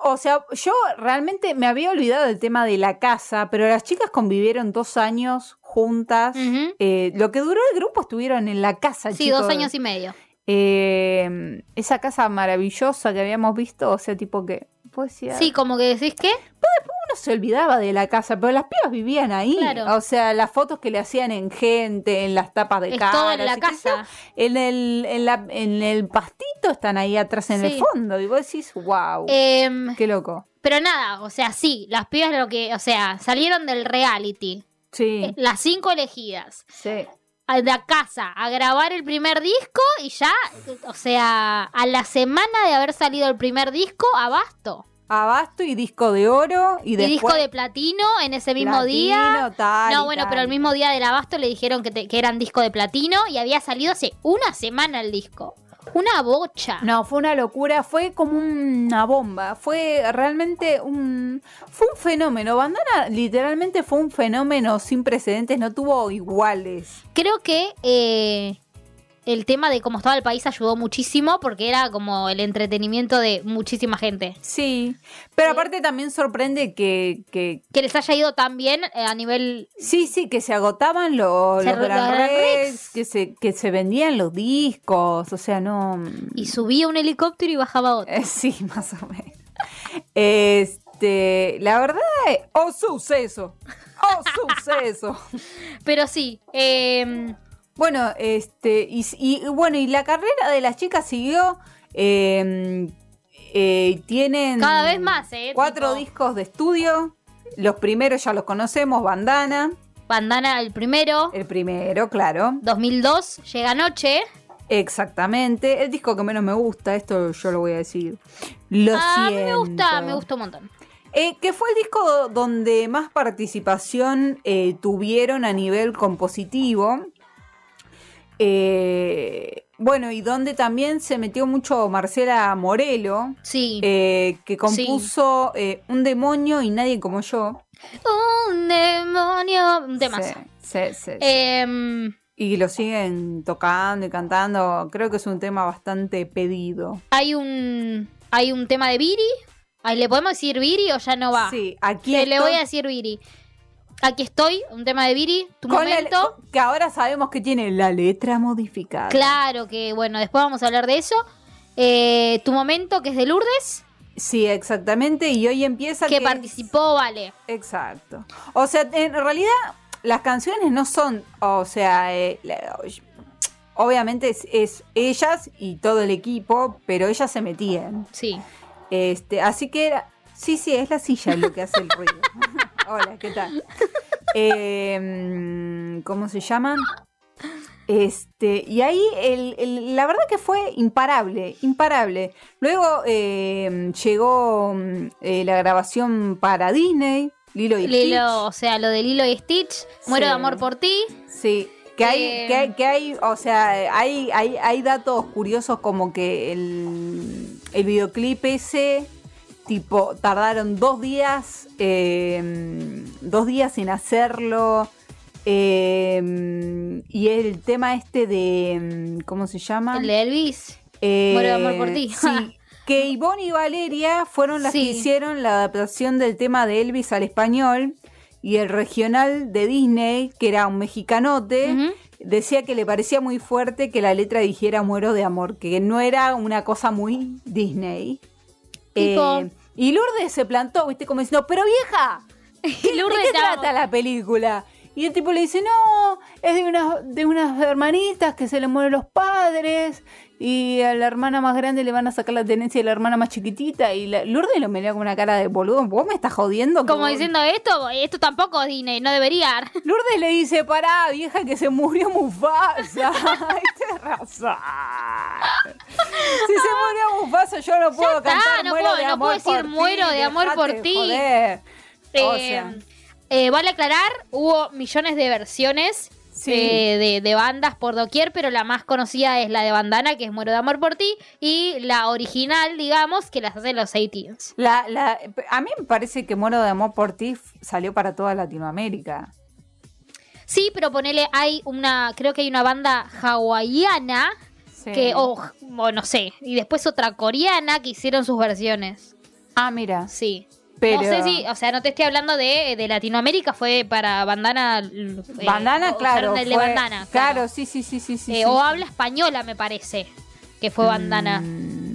O sea, O sea, yo realmente me había olvidado del tema de la casa, pero las chicas convivieron dos años juntas.
Ujú.
Eh, lo que duró el grupo estuvieron en la casa,
sí,
chicos.
dos años y medio.
Eh, esa casa maravillosa que habíamos visto, o sea, tipo que. Pues,
Sí, como que decís que.
uno se olvidaba de la casa, pero las pibas vivían ahí.
Claro.
O sea, las fotos que le hacían en gente, en las tapas de
Es
cara.
todo en la casa.
En el, en, la- en el pastito están ahí atrás en el
Sí.
fondo. Y vos decís, wow,
Em,
qué loco.
pero nada, o sea, sí, las pibas lo que, o sea, salieron del reality. Eh,
Sí,
Las cinco elegidas.
sí.
a la casa a grabar el primer disco y ya, o sea, a la semana de haber salido el primer disco, abasto.
Abasto y disco de oro y,
y
después
disco de platino en ese mismo
platino,
día.
tal
No,
y
bueno,
tal.
pero el mismo día del abasto le dijeron que, te- que eran disco de platino y había salido hace una semana el disco. Una bocha.
No, fue una locura, fue como una bomba, fue realmente un fue un fenómeno. Bandana literalmente fue un fenómeno sin precedentes, no tuvo iguales.
Creo que eh, el tema de cómo estaba el país ayudó muchísimo porque era como el entretenimiento de muchísima gente.
Sí, pero aparte también sorprende que, que
Que les haya ido tan bien eh, a nivel
sí, sí, que se agotaban lo-
Se
los
ro-
Grand
los Grand
Rex,
Rex.
que se que se vendían los discos, o sea, no
y subía un helicóptero y bajaba otro.
Eh, [laughs] sí, más o menos. Este, la verdad, es- oh suceso. Oh
[laughs]
suceso.
Pero sí, eh,
Bueno, este, y, s- y bueno, y la carrera de las chicas siguió. eh, eh, tienen
Cada vez más, ¿eh?
Cuatro
Tipo-
discos de estudio. Los primeros ya los conocemos, Bandana,
Bandana el primero,
el primero, claro,
2002, llega noche.
exactamente. El disco que menos me gusta, esto yo lo voy a decir. Lo
Ah, a mí me
siento.
gusta, me gusta un montón.
Eh, que fue el disco do- donde más participación eh, tuvieron a nivel compositivo. Eh, bueno, y donde también se metió mucho Marcela Morelo,
Sí.
eh, que compuso eh, Un demonio y Nadie como yo.
un demonio, un tema.
Eh, Sí, sí, sí, sí.
Em,
Y lo siguen tocando y cantando. Creo que es un tema bastante pedido.
hay un hay un tema de Viri. Ay, ¿Le podemos decir Viri o ya no va?
Sí, aquí
Le, le
estoy
voy a decir Viri. Aquí estoy, un tema de Viri, tu
con la-
momento.
que ahora sabemos que tiene la letra modificada.
Claro que, bueno, después vamos a hablar de eso. Eh, tu momento, que es de Lourdes,
Sí, exactamente. Y hoy empieza
que
es-
participó, vale.
Exacto. O sea, en realidad las canciones no son, o sea, eh, la- obviamente es, es ellas y todo el equipo, pero ellas se metían.
Sí.
Este, así que era, sí, sí, es la silla lo que hace el ruido. [laughs] Hola, ¿qué tal? Eh, ¿Cómo se llaman? Este, y ahí el- el- la verdad que fue imparable, imparable. Luego eh, llegó mm, eh, la grabación para Disney, Lilo y
Lilo, o sea, lo de Lilo y Stitch, muero
Sí.
de amor por ti.
Stitch. Sí. Que hay,
Eh,
que, hay- que hay, o sea, hay, hay, hay datos curiosos como que el, el videoclip ese, tipo, tardaron dos días, eh, dos días en hacerlo. eh, y el tema este de, ¿cómo se llama?
El de Elvis.
Eh,
Muero de amor por ti. [laughs]
sí, que Ivonne y Valeria fueron las que
Sí.
hicieron la adaptación del tema de Elvis al español. Y el regional de Disney, que era un mexicanote,
Ujú.
decía que le parecía muy fuerte que la letra dijera muero de amor, que no era una cosa muy Disney.
Tipo-
Eh, y Lourdes se plantó, viste, como diciendo, pero vieja,
Y Lourdes
[laughs] ¿De qué
te amo.
trata la película? Y el tipo le dice, no, es de unas, de unas hermanitas que se le mueren los padres y a la hermana más grande le van a sacar la tenencia de la hermana más chiquitita. Y la, Lourdes lo mira con una cara de boludo, vos me estás jodiendo. que
Como
vos-".
diciendo esto, esto tampoco es Disney, no debería. [laughs]
Lourdes le dice, pará, vieja, que se murió
[laughs]
Mufasa. Ay, tenés razón. Si se murió Mufasa, yo no puedo
está,
cantar
no
muero
puedo-
de
no
amor
puedo decir
por ti,
muero de amor
dejate
por
de
ti.
joder. O
Eh,
sea.
eh, vale aclarar, hubo millones de versiones
Sí.
eh, de, de bandas por doquier, pero la más conocida es la de Bandana, que es Muero de Amor por ti, y la original, digamos, que las hacen los 18s.
La, la- a mí me parece que Muero de Amor por ti f- salió para toda Latinoamérica.
Sí, pero ponele, hay una, creo que hay una banda hawaiana,
Sí.
que, o o no sé, y después otra coreana que hicieron sus versiones.
Ah, mira.
Sí.
Pero-
No sé si, o sea, no te estoy hablando de, de Latinoamérica, fue para Bandana. l- eh,
bandana,
o-
claro.
usaron el de
fue-
Bandana.
Claro, sí, Mm, sí, sí, sí, sí.
Eh,
sí.
O habla española, me parece, que fue Bandana.
Mm,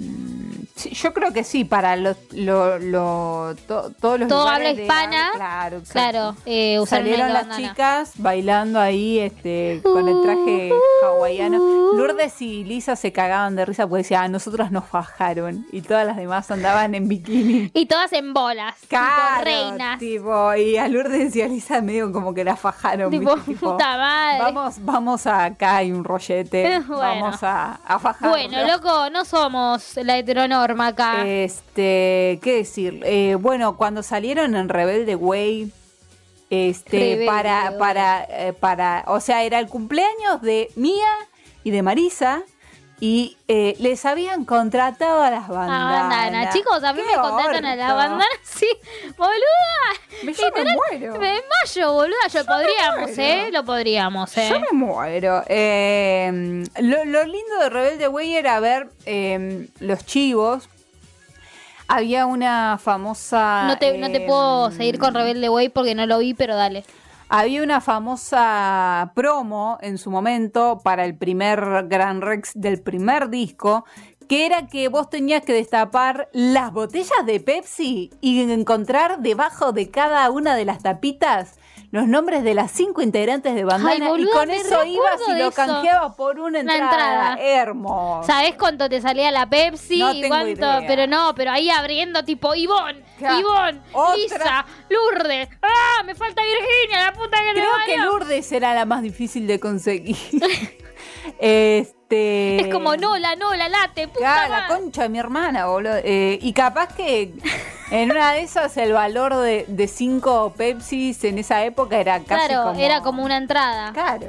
Sí, Yo creo que sí, para los, lo- lo- to- todos los
Todo
lugares
habla
de-
hispana,
claro, exacto.
Claro, eh, usaron
Salieron
el
las
bandana.
chicas bailando ahí este, con el traje hawaiano. Lourdes y Lisa se cagaban de risa porque decían, a nosotros nos fajaron. Y todas las demás andaban en bikini.
Y todas en bolas. tipo
Claro,
reinas.
tipo, y a Lourdes y a Lisa medio como que la fajaron.
Tipo, [laughs]
¿viste? Tipo,
puta madre.
Vamos, vamos a acá hay un rollete.
[laughs] Bueno.
Vamos a, a fajar.
Bueno, loco, no somos la heteronorma acá.
Eh, Este, ¿qué decir? Eh, bueno, cuando salieron en Rebelde Way, este,
Rebelde
para,
Way.
para, eh, para, o sea, era el cumpleaños de Mía y de Marisa. Y eh, les habían contratado a las
Ah,
bandanas.
bandana. Chicos, a mí
¡Qué
me contratan a la
orto!
bandana, [laughs] sí. Boluda.
Me- Yo me
Literal,
muero.
Me desmayo, boluda. Yo podríamos,
muero.
¿eh? Lo podríamos, ¿eh?
Yo me muero. Eh, lo, lo lindo de Rebelde Way era ver eh, los chivos. Había una famosa.
No te, no te puedo
eh,
seguir con Rebelde Way porque no lo vi, pero dale.
Había una famosa promo en su momento para el primer Gran Rex del primer disco, que era que vos tenías que destapar las botellas de Pepsi y encontrar debajo de cada una de las tapitas los nombres de las cinco integrantes de Bandana
Ay, boluda,
y con
me
eso ibas
recuerdo
y lo
de eso.
canjeabas por una
Una
entrada.
entrada.
Hermoso.
¿Sabés cuánto te salía la Pepsi?
No
y
tengo
cuánto?
idea.
Pero no, pero ahí abriendo tipo Ivonne,
Claro.
Ivonne,
Otra.
Lisa, Lourdes. ¡Ah! Me falta Virginia, la puta que
Creo
le
que
parió.
Lourdes era la más difícil de conseguir. [laughs] este
Es como Nola, Nola, late, puta
Claro, la
madre.
concha de mi hermana, boludo. Eh, y capaz que en una de esas el valor de, de cinco Pepsis en esa época era casi
Claro,
como...
era como una entrada.
Claro,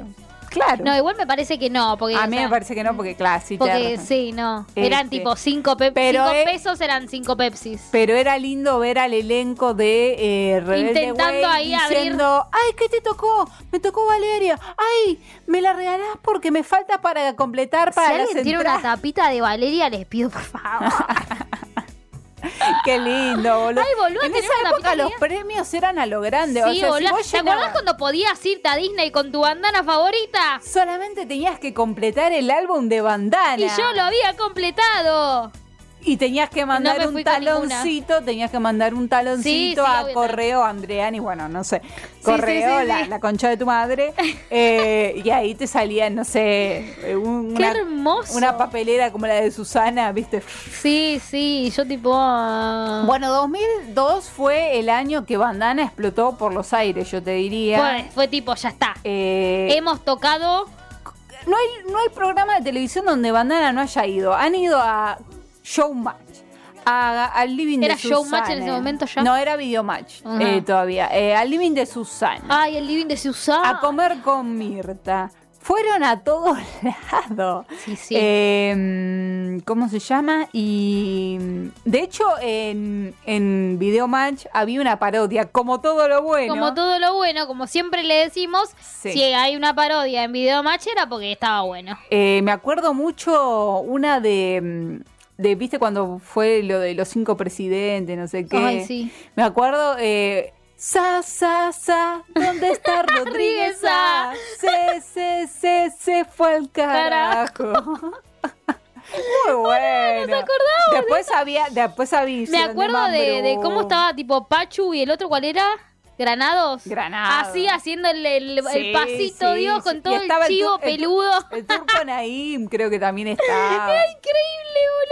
claro.
No, igual me parece que no, porque
a
o
mí
sea,
me parece que no, porque claro, sí, tenés
porque
razón.
sí, no. Eran
Este,
tipo 5 pe
pero
cinco
es-
pesos, eran 5 Pepsis.
Pero era lindo ver al elenco de eh, Rebelde
Intentando
Way
ahí abrir-
diciendo, ay, ¿qué te tocó? Me tocó Valeria. Ay, me la regalás porque me falta para completar
Si
para las
alguien tiene una
entradas.
tapita de Valeria, les pido por favor.
[laughs] Qué lindo, boludo.
Ay, boluda,
en
tenés
esa
una
época
tapita
los
de-
premios eran a lo grande. o
sí,
sea, si
boluda.
vos
¿Te acordás
llenabas-
cuando podías irte a Disney con tu bandana favorita?
Solamente tenías que completar el álbum de bandana.
Y yo lo había completado.
Y tenías que mandar
me
un
fui con ninguna.
taloncito, tenías que mandar un
Sí, sí,
taloncito a
obvio,
Correo Andreani, bueno, no sé.
sí,
Correo,
sí,
la,
sí.
la concha de tu
[laughs]
madre. eh, y ahí te salía, no sé, eh, un-
Qué
una,
hermoso.
una papelera como la de Susana, ¿viste?
Sí, sí, yo tipo. ah,
Bueno, 2002 fue el año que Bandana explotó por los aires, yo te diría.
fue, fue tipo, ya está.
Eh,
Hemos tocado.
No hay, no hay programa de televisión donde Bandana no haya ido. Han ido a Showmatch, a- al Living
¿Era
de Susana.
Showmatch en ese momento ya?
No, era Videomatch
Ajá. Ah.
eh, todavía. Eh, al Living de Susana.
Ay, el living de
A
Susana.
comer Ah, con Mirta. Fueron a todos [laughs] lados.
Sí, sí.
Eh, ¿Cómo se llama? Y de hecho en, en Videomatch había una parodia, como todo lo bueno.
Como todo lo bueno, como siempre le decimos,
Sí.
si hay una parodia en video match era porque estaba bueno.
Eh, me acuerdo mucho una de, mm, de, viste, cuando fue lo de los cinco presidentes, no sé qué.
Ay, sí.
Me acuerdo, eh, sa, sa, sa, ¿dónde
[laughs]
está Rodríguez? Sa? Se, se, se, se fue al carajo. [laughs] Muy bueno. después había, después había.
Me
hicieron
acuerdo de, de
Mambrú.
cómo estaba tipo Pachu y el otro, ¿cuál era? Granados.
Granados.
Así haciendo el, el- el
Ah. Sí,
pasito,
sí,
Dios,
sí.
con
Y
todo el
estaba
chivo
tur- [laughs]
peludo.
El turco Naim creo que
[laughs]
también estaba.
Increíble, boludo.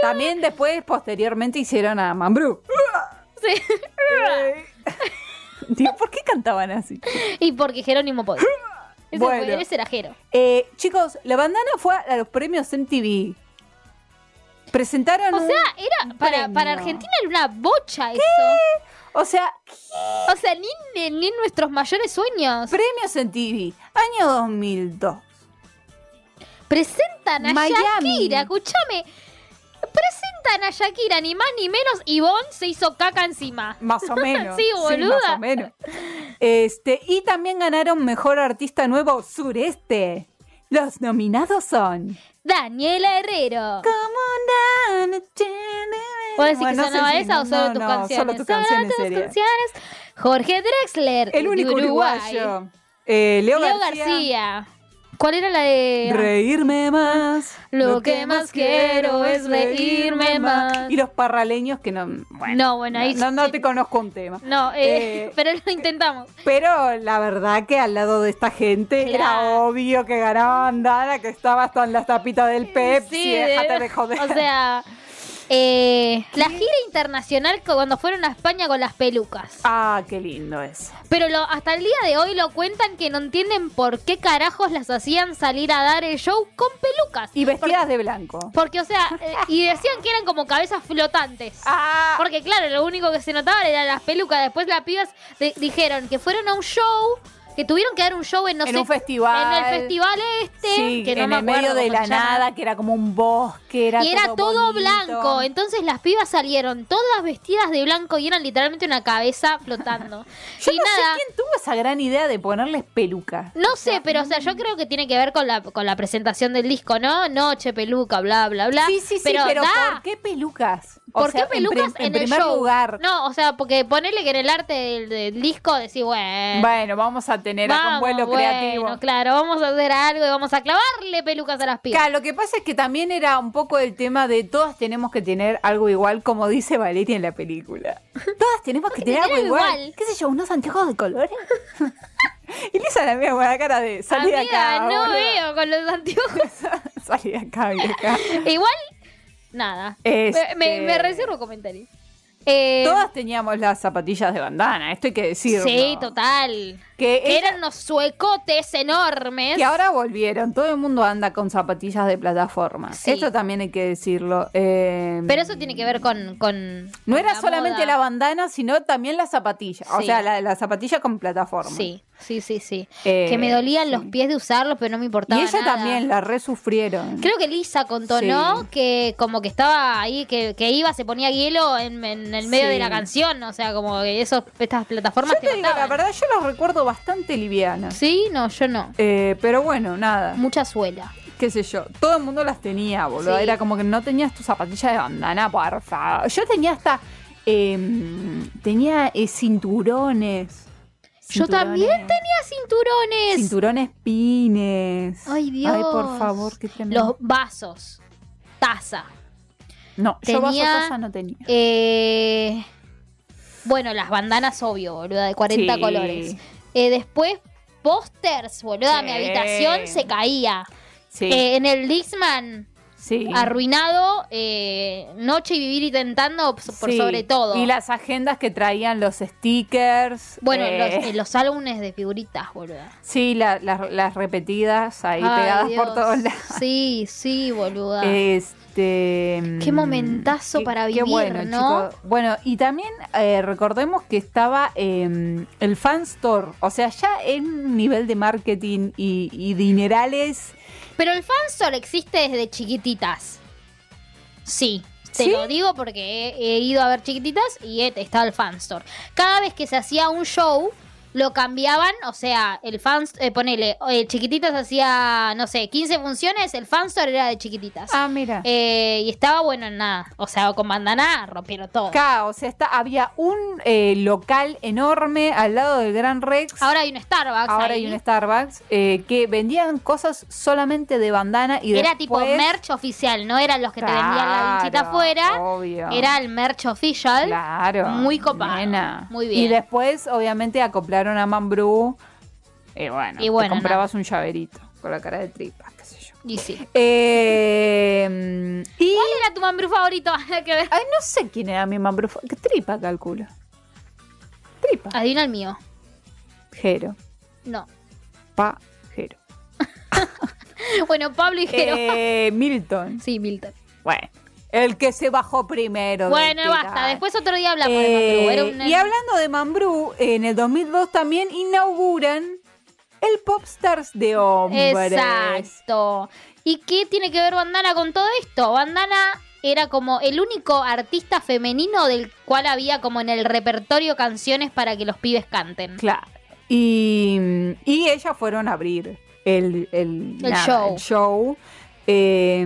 [laughs] También después, posteriormente, hicieron a
[laughs]
Mambrú.
Sí.
Digo, ¿por qué cantaban así?
[laughs] Y porque Jerónimo Pod. Ese
Bueno.
fue, ese era Jero.
Eh, chicos, la bandana fue a los premios MTV. Presentaron
O
un-
sea, era para,
premio.
para Argentina era una bocha eso.
o sea,
O sea, ni, ni, ni nuestros mayores sueños.
premios MTV, año 2002.
Presentan a
Miami.
Shakira, escúchame. Presentan a Shakira, ni más ni menos. Yvonne se hizo caca encima.
Más
[laughs]
o menos.
Sí,
más
boluda.
o menos. Este, y también ganaron Mejor Artista Nuevo Sureste. Los nominados son...
Daniela Herrero.
Como una noche de
¿Puedo decir que
verano. No sé
sonaba
si-
esa o solo
no,
tus
no,
canciones?
Solo tus canciones
tus
sería.
canciones. Jorge Drexler. [laughs]
El único
de Uruguay.
uruguayo. eh, Leo,
Leo
García.
García. ¿Cuál era la de...?
Reírme más.
Lo que más quiero es reírme más.
Y los parraleños que no. Bueno,
no, bueno, ahí...
no, no te conozco un tema.
No, eh,
Eh,
[laughs] pero lo intentamos.
Pero la verdad que al lado de esta gente era
Claro.
obvio que ganaba Bandana, que estaba hasta en las tapitas del Pepsi.
de-
déjate eh, de joder.
O sea, eh, la gira internacional co- cuando fueron a España con las pelucas.
Ah, qué lindo es.
Pero lo- hasta el día de hoy lo cuentan que no entienden por qué carajos las hacían salir a dar el show con pelucas.
Y vestidas de blanco.
Porque, o sea, eh, y decían que eran como cabezas flotantes.
Ah,
[laughs] Porque claro, lo único que se notaba eran las pelucas. Después las pibas de- dijeron que fueron a un show, que tuvieron que dar un show en no
En
sé-
un festival.
En el festival este,
sí,
que no
en
me
el
acuerdo
medio de
cómo
la
se llama.
nada, que era como un bosque. Era
y era
todo,
todo
bonito.
blanco. Entonces las pibas salieron todas vestidas de blanco y eran literalmente una cabeza flotando.
[laughs] Yo
y
no
nada,
sé quién tuvo esa gran idea de ponerles peluca.
no sé, pero o sea, yo creo que tiene que ver con la, con la presentación del disco, ¿no? Noche, peluca, bla, bla, bla.
Sí, sí, sí, pero,
da.
¿por qué pelucas? O
¿Por
sea,
qué pelucas
prim-
en, el
primer
show?
lugar?
No, o sea, porque ponerle que en el arte del, del disco decís, bueno,
Bueno, vamos a tener
vamos,
un vuelo
bueno,
creativo.
claro, vamos a hacer algo y vamos a clavarle pelucas a las pibas.
Claro, lo que pasa es que también era un poco el tema de todas tenemos que tener algo igual, como dice Valeria en la
[laughs]
película. Todas tenemos que tener algo igual.
igual.
¿Qué sé yo? ¿Unos anteojos de colores? [laughs] y Lisa la mía con la cara de salí de
Amiga,
acá.
no
boluda".
veo con los
[laughs]
anteojos.
salí de acá, vieja.
Igual, nada.
Este-
Me, me, me reservo comentario. [laughs] Eh,
Todas teníamos las zapatillas de bandana, esto hay que decirlo.
Sí, total.
Que,
Que
era-
eran unos suecotes enormes.
que ahora volvieron, todo el mundo anda con zapatillas de plataforma.
Sí.
Esto también hay que decirlo. Eh,
Pero eso tiene que ver con. con
No
con
era
la
solamente
moda.
la bandana, sino también la zapatilla. O
Sí.
sea, la, la zapatilla con plataforma.
Sí, sí, sí, sí.
Eh,
que me dolían
sí.
los pies de usarlos, pero no me
Y
importaba.
ella
nada.
también la resufrieron.
Creo que Lisa contó,
Sí.
¿no? Que como que estaba ahí, que, que iba, se ponía hielo en, en el medio
Sí.
de la canción. O sea, como que esos, estas plataformas
yo te digo, la
mataban.
verdad, yo las recuerdo bastante livianas.
Sí, no, yo no.
Eh, pero bueno, nada,
Mucha suela.
qué sé yo. Todo el mundo las tenía, boludo.
Sí.
Era como que no tenías tu zapatilla de bandana, por favor. Yo tenía hasta. em, tenía eh, cinturones.
Yo también tenía cinturones.
Cinturones pines.
Ay, Dios.
Ay, por favor, qué tremendo.
Los vasos. Taza.
No, yo vaso
tenía-
taza no tenía.
Eh, bueno, las bandanas, obvio, boluda, de 40
Sí.
colores. Eh, después, pósters, boluda.
Sí.
Mi habitación se caía.
Sí,
Eh, en el Dixman,
sí.
arruinado. eh, noche y vivir y tentando por por
Sí.
sobre todo.
Y las agendas que traían los stickers.
bueno,
eh,
los, eh, los álbumes de figuritas, boluda.
Sí, la- la- las repetidas ahí
Ay,
pegadas por
Dios.
todos lados. Eh,
Sí, sí, boluda.
Este,
Ah. Qué
mm,
momentazo para vivir,
bueno,
¿no?
chicos. Bueno, y también eh, recordemos que estaba eh, el fan store, o sea, ya en un nivel de marketing y, y dinerales.
Pero el fansol existe desde chiquititas. Sí. Te
¿Sí?
lo digo porque he, he ido a ver chiquititas y he estado el fanstore. Cada vez que se hacía un show, lo cambiaban. O sea, el fans, eh, ponele, eh, chiquititas hacía, no sé, 15 funciones, el fanstore era de chiquititas.
Ah, mira.
Eh, y estaba bueno en nada. O sea, con bandana rompieron todo.
Acá, o sea, está, había un eh, local enorme al lado del Gran Rex.
Ahora hay un Starbucks.
Ahora
ahí.
hay un Starbucks eh, que vendían cosas solamente de bandana y
Era
después-
tipo merch oficial, no eran los que te vendían la duchita
Claro,
afuera.
obvio.
Era el merch official.
Claro.
Muy copado.
nena.
Muy bien.
Y después, obviamente, acoplaron a Mambrú. Y bueno,
Y bueno,
te comprabas un llaverito con la cara de tripa, qué sé yo.
Y sí.
Eh, y
Em, ¿Cuál era tu mambrú favorito? [laughs] Nada que ver.
ay, no sé quién era mi Mambrú. fa- Tripa, calculo. Tripa.
Adivina el mío.
Jero.
No. [laughs]
Pa. Jero.
Bueno, Pablo y Jero.
Eh,
[laughs]
Milton.
Sí, Milton.
Bueno. El que se bajó primero. del
Bueno, basta.
Titanic.
Después otro día hablamos
Eh,
de Mambrú. Era un-
Y hablando de Mambrú, en el 2002 también inauguran el Popstars de hombres.
Exacto. ¿Y qué tiene que ver Bandana con todo esto? Bandana era como el único artista femenino del cual había como en el repertorio canciones para que los pibes canten.
Claro. Y, y ellas fueron a abrir el, el-
El show.
el show. Eh,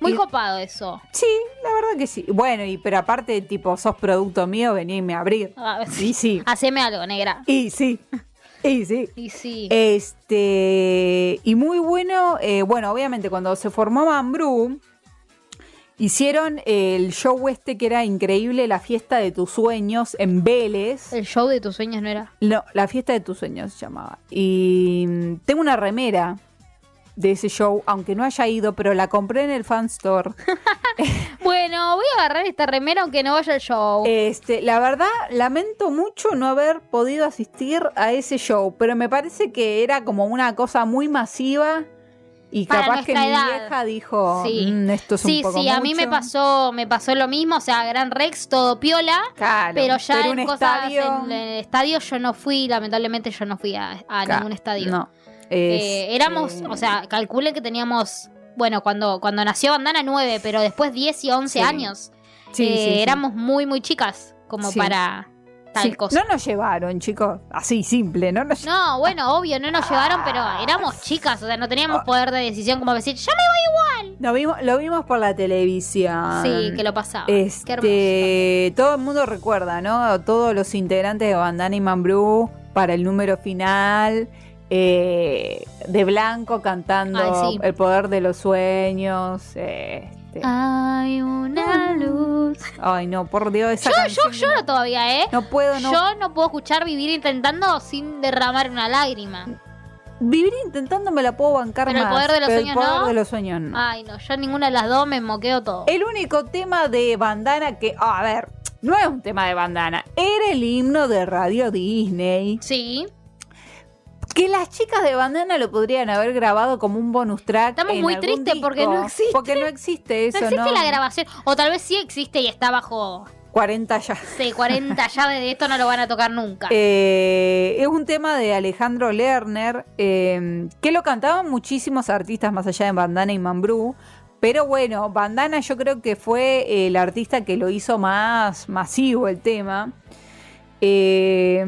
Muy
y-
copado eso.
Sí, la verdad que sí. Bueno, y pero aparte, tipo, sos producto mío, veníme a abrir.
Ah, sí.
Y sí.
Haceme algo, negra.
Y sí. Y sí.
Y sí.
Eh. Este, y muy bueno, eh, bueno, obviamente cuando se formó Mambrú, hicieron el show este que era increíble, la fiesta de tus sueños en Vélez.
El show de tus sueños no era.
No, la fiesta de tus sueños se llamaba. Y mm, tengo una remera de ese show, aunque no haya ido, pero la compré en el fan store.
Bueno, voy a agarrar esta remera aunque no vaya al show.
Este, la verdad, lamento mucho no haber podido asistir a ese show, pero me parece que era como una cosa muy masiva y
Para
capaz que
nuestra
mi
edad.
vieja dijo,
Sí.
"Mm, esto es
sí,
un poco
sí, a mí me
mucho".
pasó, me pasó lo mismo, o sea, Gran Rex, todo piola,
Claro,
pero ya
pero
en
un
cosas
estadio-
en el estadio yo no fui, lamentablemente yo no fui a, a
Ca-
ningún estadio.
No.
Eh, éramos,
Este,
o sea, calculen que teníamos, bueno, cuando, cuando nació Bandana 9, pero después 10 y 11
Sí.
años.
sí,
Eh,
sí, sí.
Éramos muy, muy chicas, como
Sí.
para tal
Sí,
cosa.
No nos llevaron, chicos, así simple, no nos
No, bueno, obvio, no nos llevaron, pero éramos chicas, o sea, no
Ah.
teníamos poder de decisión como decir, ya me
Lo vimos, lo vimos por la televisión.
voy. Sí, que lo pasaba. Qué hermoso.
Ah, Este, todo el mundo recuerda, ¿no? Todos los integrantes de Bandana y Mambrú para el número final. eh, de Blanco cantando
Ay, sí. Ah.
El poder de los sueños. este. [laughs]
Hay una luz.
Ay, no, por Dios, esa
Yo
canción.
lloro todavía, ¿eh?
No puedo, no.
Yo no puedo escuchar vivir intentando sin derramar una lágrima.
Vivir intentando me la puedo bancar
Pero El
más,
poder de los
pero
sueños
el poder
no. Ah.
de los sueños no.
Ay, no, yo ninguna de las dos me moqueo todo.
El único tema de bandana que, ah, a ver, no es un tema de bandana, era el himno de Radio Disney.
Sí,
Que las chicas de bandana lo podrían haber grabado como un bonus track.
Estamos
en
muy
algún
tristes
disco,
porque no existe.
Porque no existe eso,
no
¿no?
existe la grabación. O tal vez sí existe y está bajo
40 ya.
sí,
[laughs]
40 llaves de esto, no lo van a tocar nunca.
Eh, es un tema de Alejandro Lerner, eh, que lo cantaban muchísimos artistas más allá de Bandana y Mambrú. Pero bueno, Bandana yo creo que fue el artista que lo hizo más masivo el tema. Eh,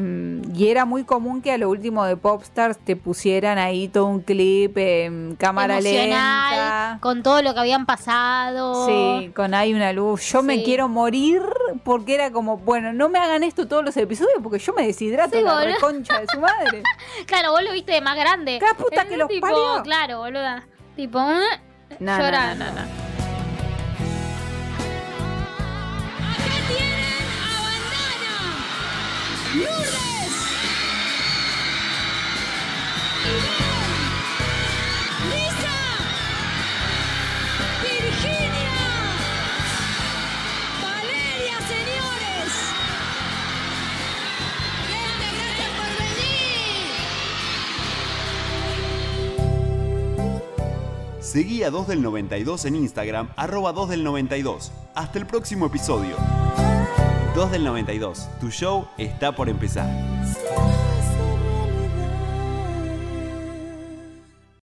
y era muy común que a lo último de Popstars te pusieran ahí todo un clip en cámara
Emocional,
lenta.
con todo lo que habían pasado.
Sí, con Hay una luz. Yo me
Sí.
quiero morir porque era como, bueno, no me hagan esto todos los episodios porque yo me deshidrato
Sí,
la
boludo.
reconcha de su
[laughs]
madre.
Claro, vos lo viste de más grande.
¡Cada puta
Eh,
que los
tipo,
parió!
Claro, boluda. Tipo, ¿eh?
No,
Llora.
no, no, no, no.
Acá tienen a Bandana, Lourdes, Irene, Lisa, Virginia, Valeria, señores. Grande, gracias por venir.
Seguí a 2 del 92 en Instagram, arroba 2 del 92. Hasta el próximo episodio. 2 del 92, tu show está por empezar.
Será